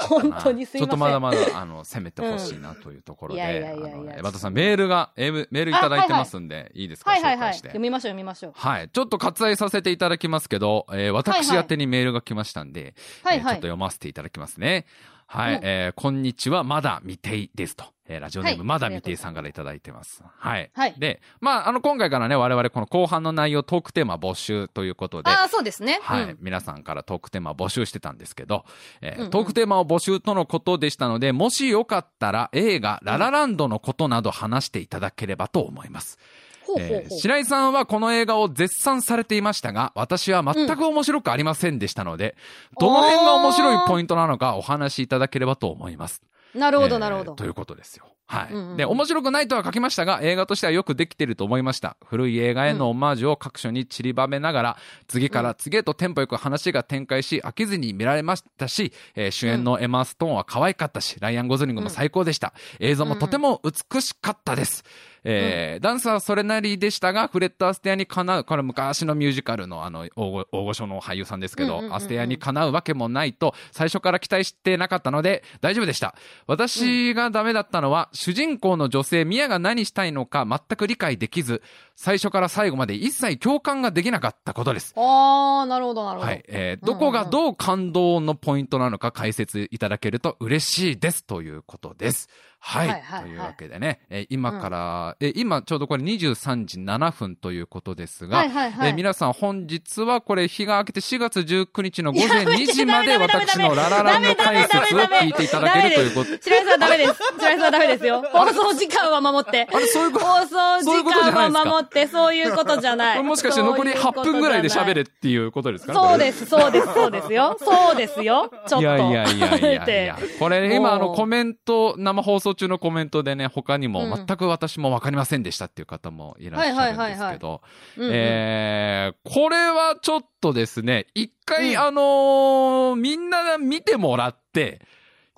Speaker 1: 本当にすいません。
Speaker 2: ちょっとまだまだ、あの、攻めてほしいなというところで、
Speaker 1: うんいやい
Speaker 2: あ
Speaker 1: やいやいや
Speaker 2: の、エバタさん、メールが、えメールいただいてますんで、いいですか、
Speaker 1: はい
Speaker 2: 紹
Speaker 1: はいは
Speaker 2: 介
Speaker 1: い。
Speaker 2: して
Speaker 1: 読。みましょう、読みましょう。
Speaker 2: はい。ちょっと割愛させていただきますけど、えー私
Speaker 1: はい
Speaker 2: 宛てにメールが来ましたんで、
Speaker 1: はい
Speaker 2: えーちょっ
Speaker 1: は
Speaker 2: と
Speaker 1: い。
Speaker 2: 読ませていただきますね。はい。
Speaker 1: うん
Speaker 2: えーこんにちは、まだ未定ですと。えーラジオネーム、
Speaker 1: はい
Speaker 2: まだ未定さんからいただいてます。はい。
Speaker 1: はい
Speaker 2: で、まあ、あの、今回からね、我々この後半の内容、トークテーマ募集ということで、
Speaker 1: ああ、そうですね。
Speaker 2: はい、
Speaker 1: うん
Speaker 2: 皆さんからトークテーマを募集してたんですけど、えー
Speaker 1: うんうん
Speaker 2: トークテーマを募集とのことでしたので、もしよかったら映画、ララランドのことなど話していただければと思います。
Speaker 1: ほうほうほう
Speaker 2: えー白井さんはこの映画を絶賛されていましたが、私は全く面白くありませんでしたので、
Speaker 1: うん
Speaker 2: どの辺が面白いポイントなのかお話しいただければと思います。
Speaker 1: なるほ
Speaker 2: え
Speaker 1: ど、
Speaker 2: ー
Speaker 1: なるほど
Speaker 2: と。いうことですよ。はい、
Speaker 1: うんうん
Speaker 2: で、面白くないとは書きましたが、映画としてはよくできてると思いました。古い映画へのオマージュを各所に散りばめながら、次から次へとテンポよく話が展開し、飽きずに見られましたし、えー主演のエマ・ストーンは可愛かったし、ライアン・ゴズリングも最高でした。映像もとても美しかったです。えーダンスはそれなりでしたが、フレット・アステアにかなう、これ昔のミュージカルのあの、大御大御所の俳優さんですけど、
Speaker 1: うんうんうんうん
Speaker 2: アステアにかなうわけもないと、最初から期待してなかったので、大丈夫でした。私がダメだったのは、主人公の女性、ミヤが何したいのか全く理解できず、最初から最後まで一切共感ができなかったことです。
Speaker 1: ああ、なるほど、なるほど。
Speaker 2: はい。えーどこがどう感動のポイントなのか解説いただけると嬉しいですということです。はい。
Speaker 1: はいはいはい
Speaker 2: というわけでね、えー今から、えー今ちょうどこれ23時7分ということですが、
Speaker 1: はいはいはい
Speaker 2: えー皆さん本日はこれ日が明けて4月19日の午前2時まで
Speaker 1: やめてダメ
Speaker 2: 私のラララの解説を聞いていただけるということ。
Speaker 1: 白井さんダメです。白井さんダメで すよ。放送時間は守って。
Speaker 2: あれ、そういうこと
Speaker 1: 放送
Speaker 2: そうい
Speaker 1: 時
Speaker 2: うことじゃない
Speaker 1: 間
Speaker 2: ですか
Speaker 1: は守って、そういうことじゃな
Speaker 2: これ
Speaker 1: い。
Speaker 2: もしかして残り8分ぐらいで喋れっ
Speaker 1: る。
Speaker 2: ていうことですか。
Speaker 1: そうですす、そうです、そうですよ。そうですよ。ちょっと。
Speaker 2: いやいやいやいやいや
Speaker 1: で。
Speaker 2: これ今あの
Speaker 1: もう
Speaker 2: コメント、生放送中のコメントでね、他にも
Speaker 1: う
Speaker 2: 全
Speaker 1: ん
Speaker 2: く私もわかりませんでしたっていう方もいらっしゃるんですけど、
Speaker 1: うんうん
Speaker 2: えー、これはちょっとですね、一回
Speaker 1: うん
Speaker 2: あのーみんな見てもらって、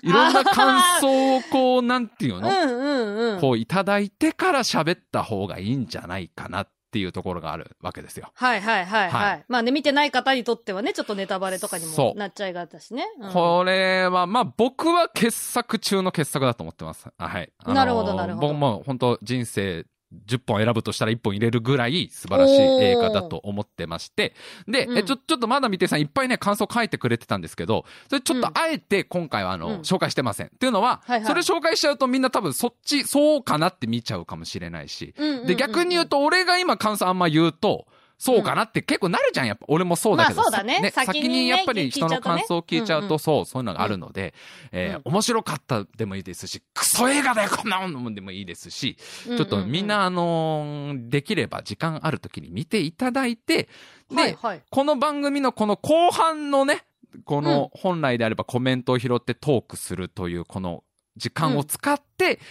Speaker 2: いろんな感想をこう、なんていう
Speaker 1: う
Speaker 2: の
Speaker 1: んうんうん。
Speaker 2: こういただいてから喋った方がいいんじゃないかなっていうところがあるわけですよ。
Speaker 1: はいはいはい
Speaker 2: は
Speaker 1: はいい。まあね、見てない方にとってはね、ちょっとネタバレとかに
Speaker 2: そ
Speaker 1: も
Speaker 2: う
Speaker 1: なっちゃいがたしね。うん
Speaker 2: これは、まあ僕は傑作中の傑作だと思ってます。あはい。あのー
Speaker 1: なるほどなるほど
Speaker 2: 僕も本当人生10本選ぶとしたら1本入れるぐらい素晴らしい映画だと思ってまして。で、
Speaker 1: うん
Speaker 2: えちょ、ちょっとまだ見てさんいっぱいね感想書いてくれてたんですけど、それちょっ
Speaker 1: う
Speaker 2: と
Speaker 1: ん
Speaker 2: あえて今回はあの、
Speaker 1: うん
Speaker 2: 紹介してません。っていうのは、
Speaker 1: はいはい
Speaker 2: それ紹介しちゃうとみんな多分そっち、そうかなって見ちゃうかもしれないし。
Speaker 1: うんうんうんうん
Speaker 2: で、逆に言うと、俺が今感想あんま言うと、そうかなって結構なるじゃん、やっぱ。俺もそうだけど。
Speaker 1: まあそうだね
Speaker 2: さ先
Speaker 1: 先にね
Speaker 2: にやっぱり人の感想を聞いちゃう
Speaker 1: 聞
Speaker 2: と、
Speaker 1: い
Speaker 2: そう、そういうのがあるので、えー、面白かったでもいいですし、クソ映画だよ、こんなもんでもいいですし、
Speaker 1: うんうん
Speaker 2: ちょっとみんな、あのーできれば時間ある時に見ていただいて、で、
Speaker 1: はいはい。
Speaker 2: この番組のこの後半のね、この本来であればコメントを拾ってトークするというこの時間を使って、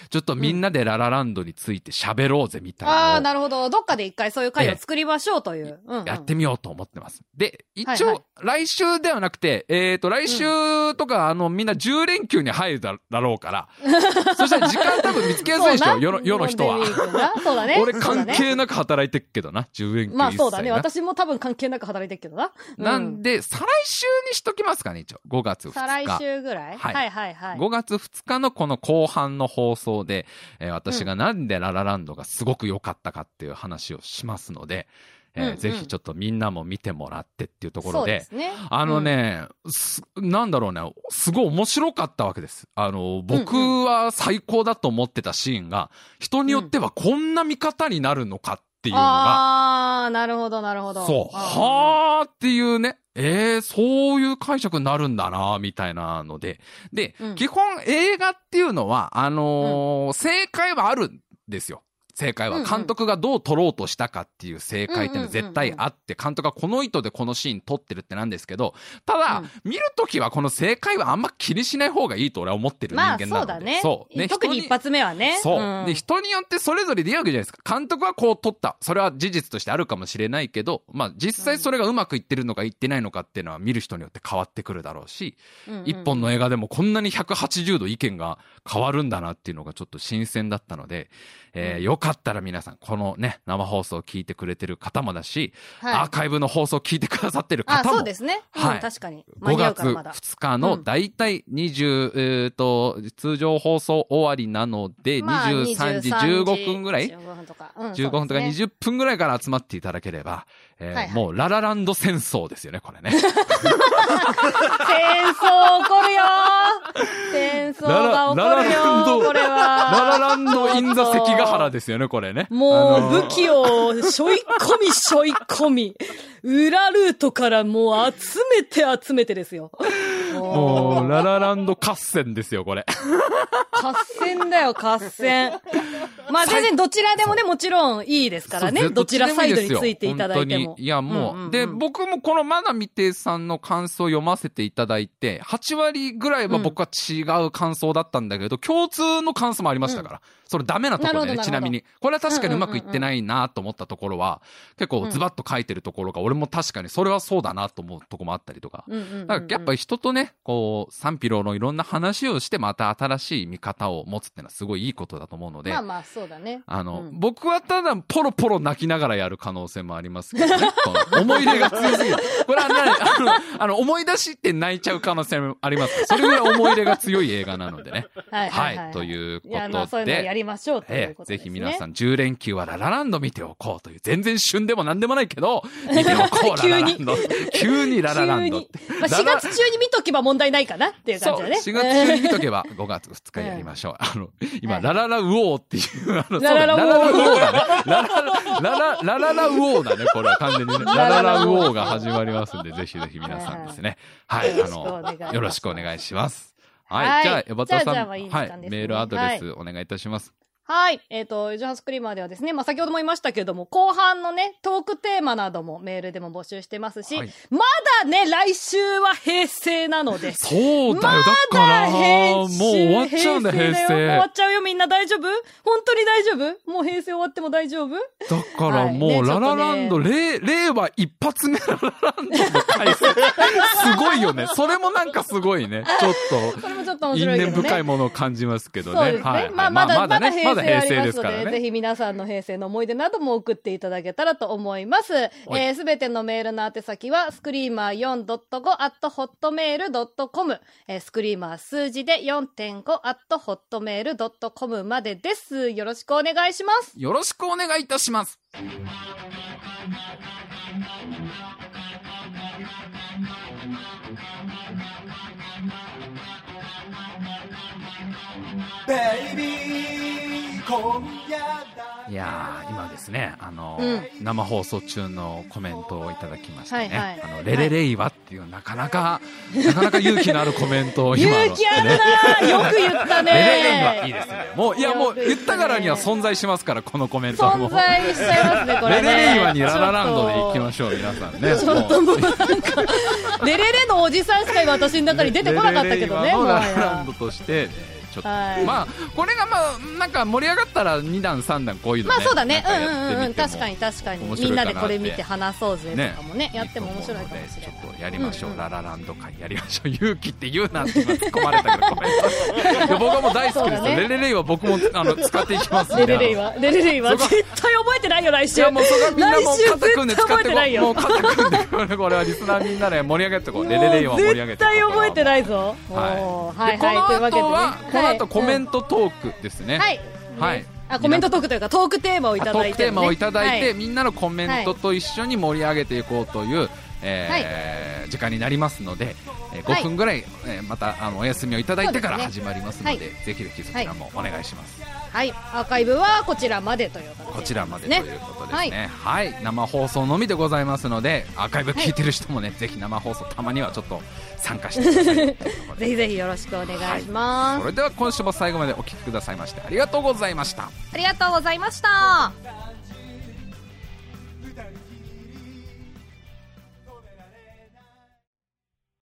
Speaker 2: ちょっとみんなでララランドについて喋ろうぜみたいなのを。
Speaker 1: ああ、なるほど。どっかで一回そういう回を作りましょうという。うんうん
Speaker 2: やってみようと思ってます。で、一応、
Speaker 1: はいは
Speaker 2: 来週ではなくて、えっ、と、来週とか、あの、みんな10連休に入るだだろう から、そしたら時間多分見つけやすいでし
Speaker 1: そ
Speaker 2: ょ、
Speaker 1: うな
Speaker 2: 世の世の人は
Speaker 1: ゴー。ルデンウィークなそうだね。
Speaker 2: 俺
Speaker 1: そうだ
Speaker 2: 関
Speaker 1: ね
Speaker 2: 係なく働いてっけどな、10連休一切な。
Speaker 1: まあそうだね。私も多分関係なく働いてるけどな。う
Speaker 2: なんで、再来週にしときますかね、一応。5月2日。
Speaker 1: 再来週ぐらい
Speaker 2: はい
Speaker 1: はいはいはい。
Speaker 2: 5月2日のこの後半の放送で、えー私がなんでララランドがすごく良かったかっていう話をしますので、えー
Speaker 1: うん
Speaker 2: ぜひちょっとみんなも見てもらってっていうところ
Speaker 1: そう
Speaker 2: で、
Speaker 1: ですね。
Speaker 2: あのね、すなんだろうね、すごい面白かったわけです。あの、僕
Speaker 1: うん
Speaker 2: は最高だと思ってたシーンが、人によってはこんな見方になるのかって
Speaker 1: う
Speaker 2: い
Speaker 1: ん。
Speaker 2: うのが、
Speaker 1: ああ、なるほど、なるほど。
Speaker 2: そう、
Speaker 1: あ
Speaker 2: はーっていうね、えー、そういう解釈になるんだな、みたいなので。で、
Speaker 1: うん
Speaker 2: 基本映画っていうのは、あのー正解はあるんですよ。正解
Speaker 1: うん
Speaker 2: は
Speaker 1: うん
Speaker 2: 監督がどう撮ろうとしたかっていう正解っていうのは絶対あって、監督がこの意図でこのシーン撮ってるってなんですけど、ただ、見るときはこの正解はあんま気にしない方がいいと俺は思ってる人
Speaker 1: まあ、
Speaker 2: 間なので。
Speaker 1: そうだね。
Speaker 2: そう。ね
Speaker 1: 特に
Speaker 2: 人
Speaker 1: 一発目はね。
Speaker 2: そう、
Speaker 1: ん
Speaker 2: で、人によってそれぞれでいいわけじゃないですか。監督はこう撮った。それは事実としてあるかもしれないけど、まあ実際それがうまくいってるのかいってないのかっていうのは見る人によって変わってくるだろうし、
Speaker 1: うんうん
Speaker 2: 一本の映画でもこんなに180度意見が変わるんだなっていうのがちょっと新鮮だったので、えーよかったら皆さん、このね、生放送を聞いてくれてる方もだし、
Speaker 1: はい
Speaker 2: アーカイブの放送を聞いてくださってる
Speaker 1: あ、
Speaker 2: 方
Speaker 1: そう
Speaker 2: も
Speaker 1: ですね。
Speaker 2: は
Speaker 1: はいい。確かに。間
Speaker 2: 5
Speaker 1: に合う
Speaker 2: 月
Speaker 1: からまだ。
Speaker 2: 2日のだいたい20、えーと、通常放送終わりなので、
Speaker 1: まあ
Speaker 2: 23時15分ぐらい、
Speaker 1: 15分とか。うん
Speaker 2: 15分とか。
Speaker 1: そうですね
Speaker 2: 20分ぐらいから集まっていただければ、えー
Speaker 1: はいはい
Speaker 2: もうララランド戦争ですよね、これね。
Speaker 1: 戦争起こるよー戦争が起こる
Speaker 2: ララ
Speaker 1: よ
Speaker 2: ララランド
Speaker 1: ーこれは。
Speaker 2: ララランドインザ関ヶ原ですよね、これね。あ
Speaker 1: も
Speaker 2: の
Speaker 1: う武器をしょい込みしょい込み。裏ルートからもう集めて集めてですよ。
Speaker 2: も
Speaker 1: も
Speaker 2: う、
Speaker 1: う、
Speaker 2: ララランド合戦ですよ、これ。
Speaker 1: 合戦だよ、合戦。まあ全然どちらでもね、もちろんいいですから
Speaker 2: そ
Speaker 1: ね。
Speaker 2: う
Speaker 1: どちらサイドに
Speaker 2: どっちで
Speaker 1: つ
Speaker 2: も
Speaker 1: いていただいて
Speaker 2: ですよ
Speaker 1: も
Speaker 2: 本当。にいや、もう、
Speaker 1: んんん
Speaker 2: で、僕もこのまだ未定さんの感想を読ませていただいて、8割ぐらいは僕は違う感想だったんだけど、共通の感想もありましたから。それダメなところ
Speaker 1: な
Speaker 2: で
Speaker 1: るほ
Speaker 2: ね、
Speaker 1: ど
Speaker 2: ちなみに。これは確かにうまくいってないなと思ったところは、結構ズバッと書いてるところが、俺も確かにそれはそうだなと思うとこもあったりとか。
Speaker 1: うんうんうんうん
Speaker 2: だからやっぱり人とね、こう、賛否両論いろんな話をして、また新しい見方を持つってのはすごいいいことだと思うので。
Speaker 1: まあまあ、そうだね。
Speaker 2: あの、
Speaker 1: うん
Speaker 2: 僕はただポロポロ泣きながらやる可能性もありますけどね。この思い入れが強すぎる。これはね、あの、あの思い出して泣いちゃう可能性もあります。それぐらい思い入れが強い映画なのでね。
Speaker 1: はいはい
Speaker 2: はい。というこ
Speaker 1: いや、まあ、そ
Speaker 2: と
Speaker 1: ういうのをや
Speaker 2: で。
Speaker 1: りましょうとい
Speaker 2: え
Speaker 1: う
Speaker 2: え、
Speaker 1: こと
Speaker 2: ぜ
Speaker 1: ですね。
Speaker 2: ひ皆さん10連休はララランド見ておこうという、全然旬でも何でもないけど、見てお こう、ララランド。急にララランドって。
Speaker 1: 急にまあ、4月中に見とけば問題ないかなっていう感じだね。
Speaker 2: そう、4月中に見とけば、5月2日やりましょう。あの、今、
Speaker 1: はい
Speaker 2: ラララウオーっていう、あの、
Speaker 1: ラララウオー
Speaker 2: そうだラララウオーだね。ラララ、ラララウオーだね、これは完 全にね。ラララウオーが始まりますんで、ぜひぜひ皆さんですね。はい、あの、よ
Speaker 1: よ
Speaker 2: ろ
Speaker 1: ろ
Speaker 2: し
Speaker 1: し
Speaker 2: く
Speaker 1: く
Speaker 2: お
Speaker 1: お
Speaker 2: 願
Speaker 1: 願
Speaker 2: いします。はい、
Speaker 1: はい
Speaker 2: じゃあ、エバタさん、
Speaker 1: じゃあじゃあいい時間
Speaker 2: は
Speaker 1: ですね
Speaker 2: い、メールアドレスお願いいたします。
Speaker 1: はい。えっ、と、エジハンスクリーマーではですね、まあ、先ほども言いましたけれども、後半のね、トークテーマなどもメールでも募集してますし、
Speaker 2: はい
Speaker 1: まだね、来週は平成なので。
Speaker 2: そうだよ、だから、もう終わっちゃうんだ、平
Speaker 1: だよ終わ
Speaker 2: 成
Speaker 1: っ。ちゃうよ、みんな大丈夫本当に大丈夫もう平成終わっても大丈夫
Speaker 2: だから
Speaker 1: はい
Speaker 2: もう、
Speaker 1: ね
Speaker 2: ララランド、令令和一発目ララランドの回数。すごいよ ね。それもなんかすごいね。ちょっ、
Speaker 1: ことれもちょっと面
Speaker 2: 因
Speaker 1: 白いけど
Speaker 2: 縁
Speaker 1: ね。
Speaker 2: 深いものを感じますけどね。
Speaker 1: そうですね。
Speaker 2: はい
Speaker 1: まあ、まだ、まだ平成あり
Speaker 2: まだ
Speaker 1: ますので、ぜひ皆さんの平成の思い出なども送っていただけたらと思います。え
Speaker 2: はい
Speaker 1: ー、すべてのメールの宛先は、スクリーマー 4.5.hotmail.com、えー、スクリーマー数字で 4.5.hotmail.com までです。よろしくお願いします。
Speaker 2: よろしくお願いいたします。
Speaker 3: ベイビー今夜だ
Speaker 2: いやー、今ですね、あの、
Speaker 1: う
Speaker 2: 生放送中のコメントをいただきましてね、
Speaker 1: はいはい
Speaker 2: あの、レレレイワっていうなかな か、なかなか勇気のあるコメントを今
Speaker 1: 勇
Speaker 2: の
Speaker 1: 気あるなーよく言った
Speaker 2: レレレイワいい
Speaker 1: ね
Speaker 2: ですね。もう、いやもう、言ったからには存在しますから、このコメントはも
Speaker 1: 存
Speaker 2: う。
Speaker 1: 在しちゃいますね、これ
Speaker 2: レ
Speaker 1: ね。
Speaker 2: レレイワにララランドで行きましょう、皆さんね。
Speaker 1: ちょっともうなんか、レレレのおじさんしか今私の中に出てこなかったけど
Speaker 2: レレレ
Speaker 1: ね、
Speaker 2: イワ
Speaker 1: も
Speaker 2: の
Speaker 1: う
Speaker 2: ラララ
Speaker 1: や
Speaker 2: ンドとして、ねちょっと。
Speaker 1: はい
Speaker 2: まあ、これがまあ、なんか盛り上がったら2段3段こういうの
Speaker 1: ま
Speaker 2: ね。
Speaker 1: あそうだね。
Speaker 2: なかやっ
Speaker 1: う
Speaker 2: て
Speaker 1: んうんうん。
Speaker 2: みても
Speaker 1: 確かに確かに。
Speaker 2: 面白
Speaker 1: み
Speaker 2: い
Speaker 1: ん
Speaker 2: かな
Speaker 1: な
Speaker 2: って
Speaker 1: でこれ見て話そうぜとかもね、やっても面白いかもし
Speaker 2: と思
Speaker 1: れない。
Speaker 2: うのでちょっとやりましょう、
Speaker 1: うんうん
Speaker 2: ララランド会やりましょう勇気って言うなって 今突っ込まれたけどごめんいや僕はもう大好きですよ、
Speaker 1: そうだね
Speaker 2: レレレイは僕もあの使っていきますんで
Speaker 1: レレレイは、レレレイは
Speaker 2: そこ
Speaker 1: 絶対覚えてないよ、来
Speaker 2: い
Speaker 1: 週。
Speaker 2: やもうそこはみんなもう
Speaker 1: 来週
Speaker 2: 肩組んで使
Speaker 1: 絶対
Speaker 2: っ
Speaker 1: 覚え
Speaker 2: て
Speaker 1: て
Speaker 2: こ
Speaker 1: ないう
Speaker 2: もう
Speaker 1: よ。
Speaker 2: 肩組んでこれこれはリスナーみんなで盛り上げてこうレレレイは盛り上げて
Speaker 1: 絶対覚えて
Speaker 2: い
Speaker 1: ないぞ。
Speaker 2: はい
Speaker 1: もう
Speaker 2: で
Speaker 1: はいはい。というわけ
Speaker 2: この後は、
Speaker 1: でね。
Speaker 2: の後コメントトークですね。
Speaker 1: はい。
Speaker 2: はい
Speaker 1: あ、コメントトークというか、トークテーマをい
Speaker 2: あ
Speaker 1: た
Speaker 2: ト
Speaker 1: だ
Speaker 2: ー
Speaker 1: い
Speaker 2: ク
Speaker 1: て、ね。
Speaker 2: テーマをいただいて、
Speaker 1: は
Speaker 2: みんなのコメントと一緒に盛り上げていこうという、えー時間になりますので、えー
Speaker 1: はい
Speaker 2: 5分ぐらい、えーまたあのお休みをいただいてから
Speaker 4: そうです
Speaker 2: 始
Speaker 4: ね
Speaker 2: まりますので
Speaker 4: は
Speaker 2: ぜひぜひそちらもお願いします、
Speaker 4: はい、アーカイブはこちらまでという形
Speaker 2: こちらまでと
Speaker 4: ね
Speaker 2: いうことですねはい、生放送のみでございますのでアーカイブ聞いてる人もね、ぜひ生放送たまにはちょっと参加してください
Speaker 4: ぜひぜひよろしくお願いします、
Speaker 2: それでは今週も最後までお聞きくださいましてありがとうございました
Speaker 4: ありがとうございました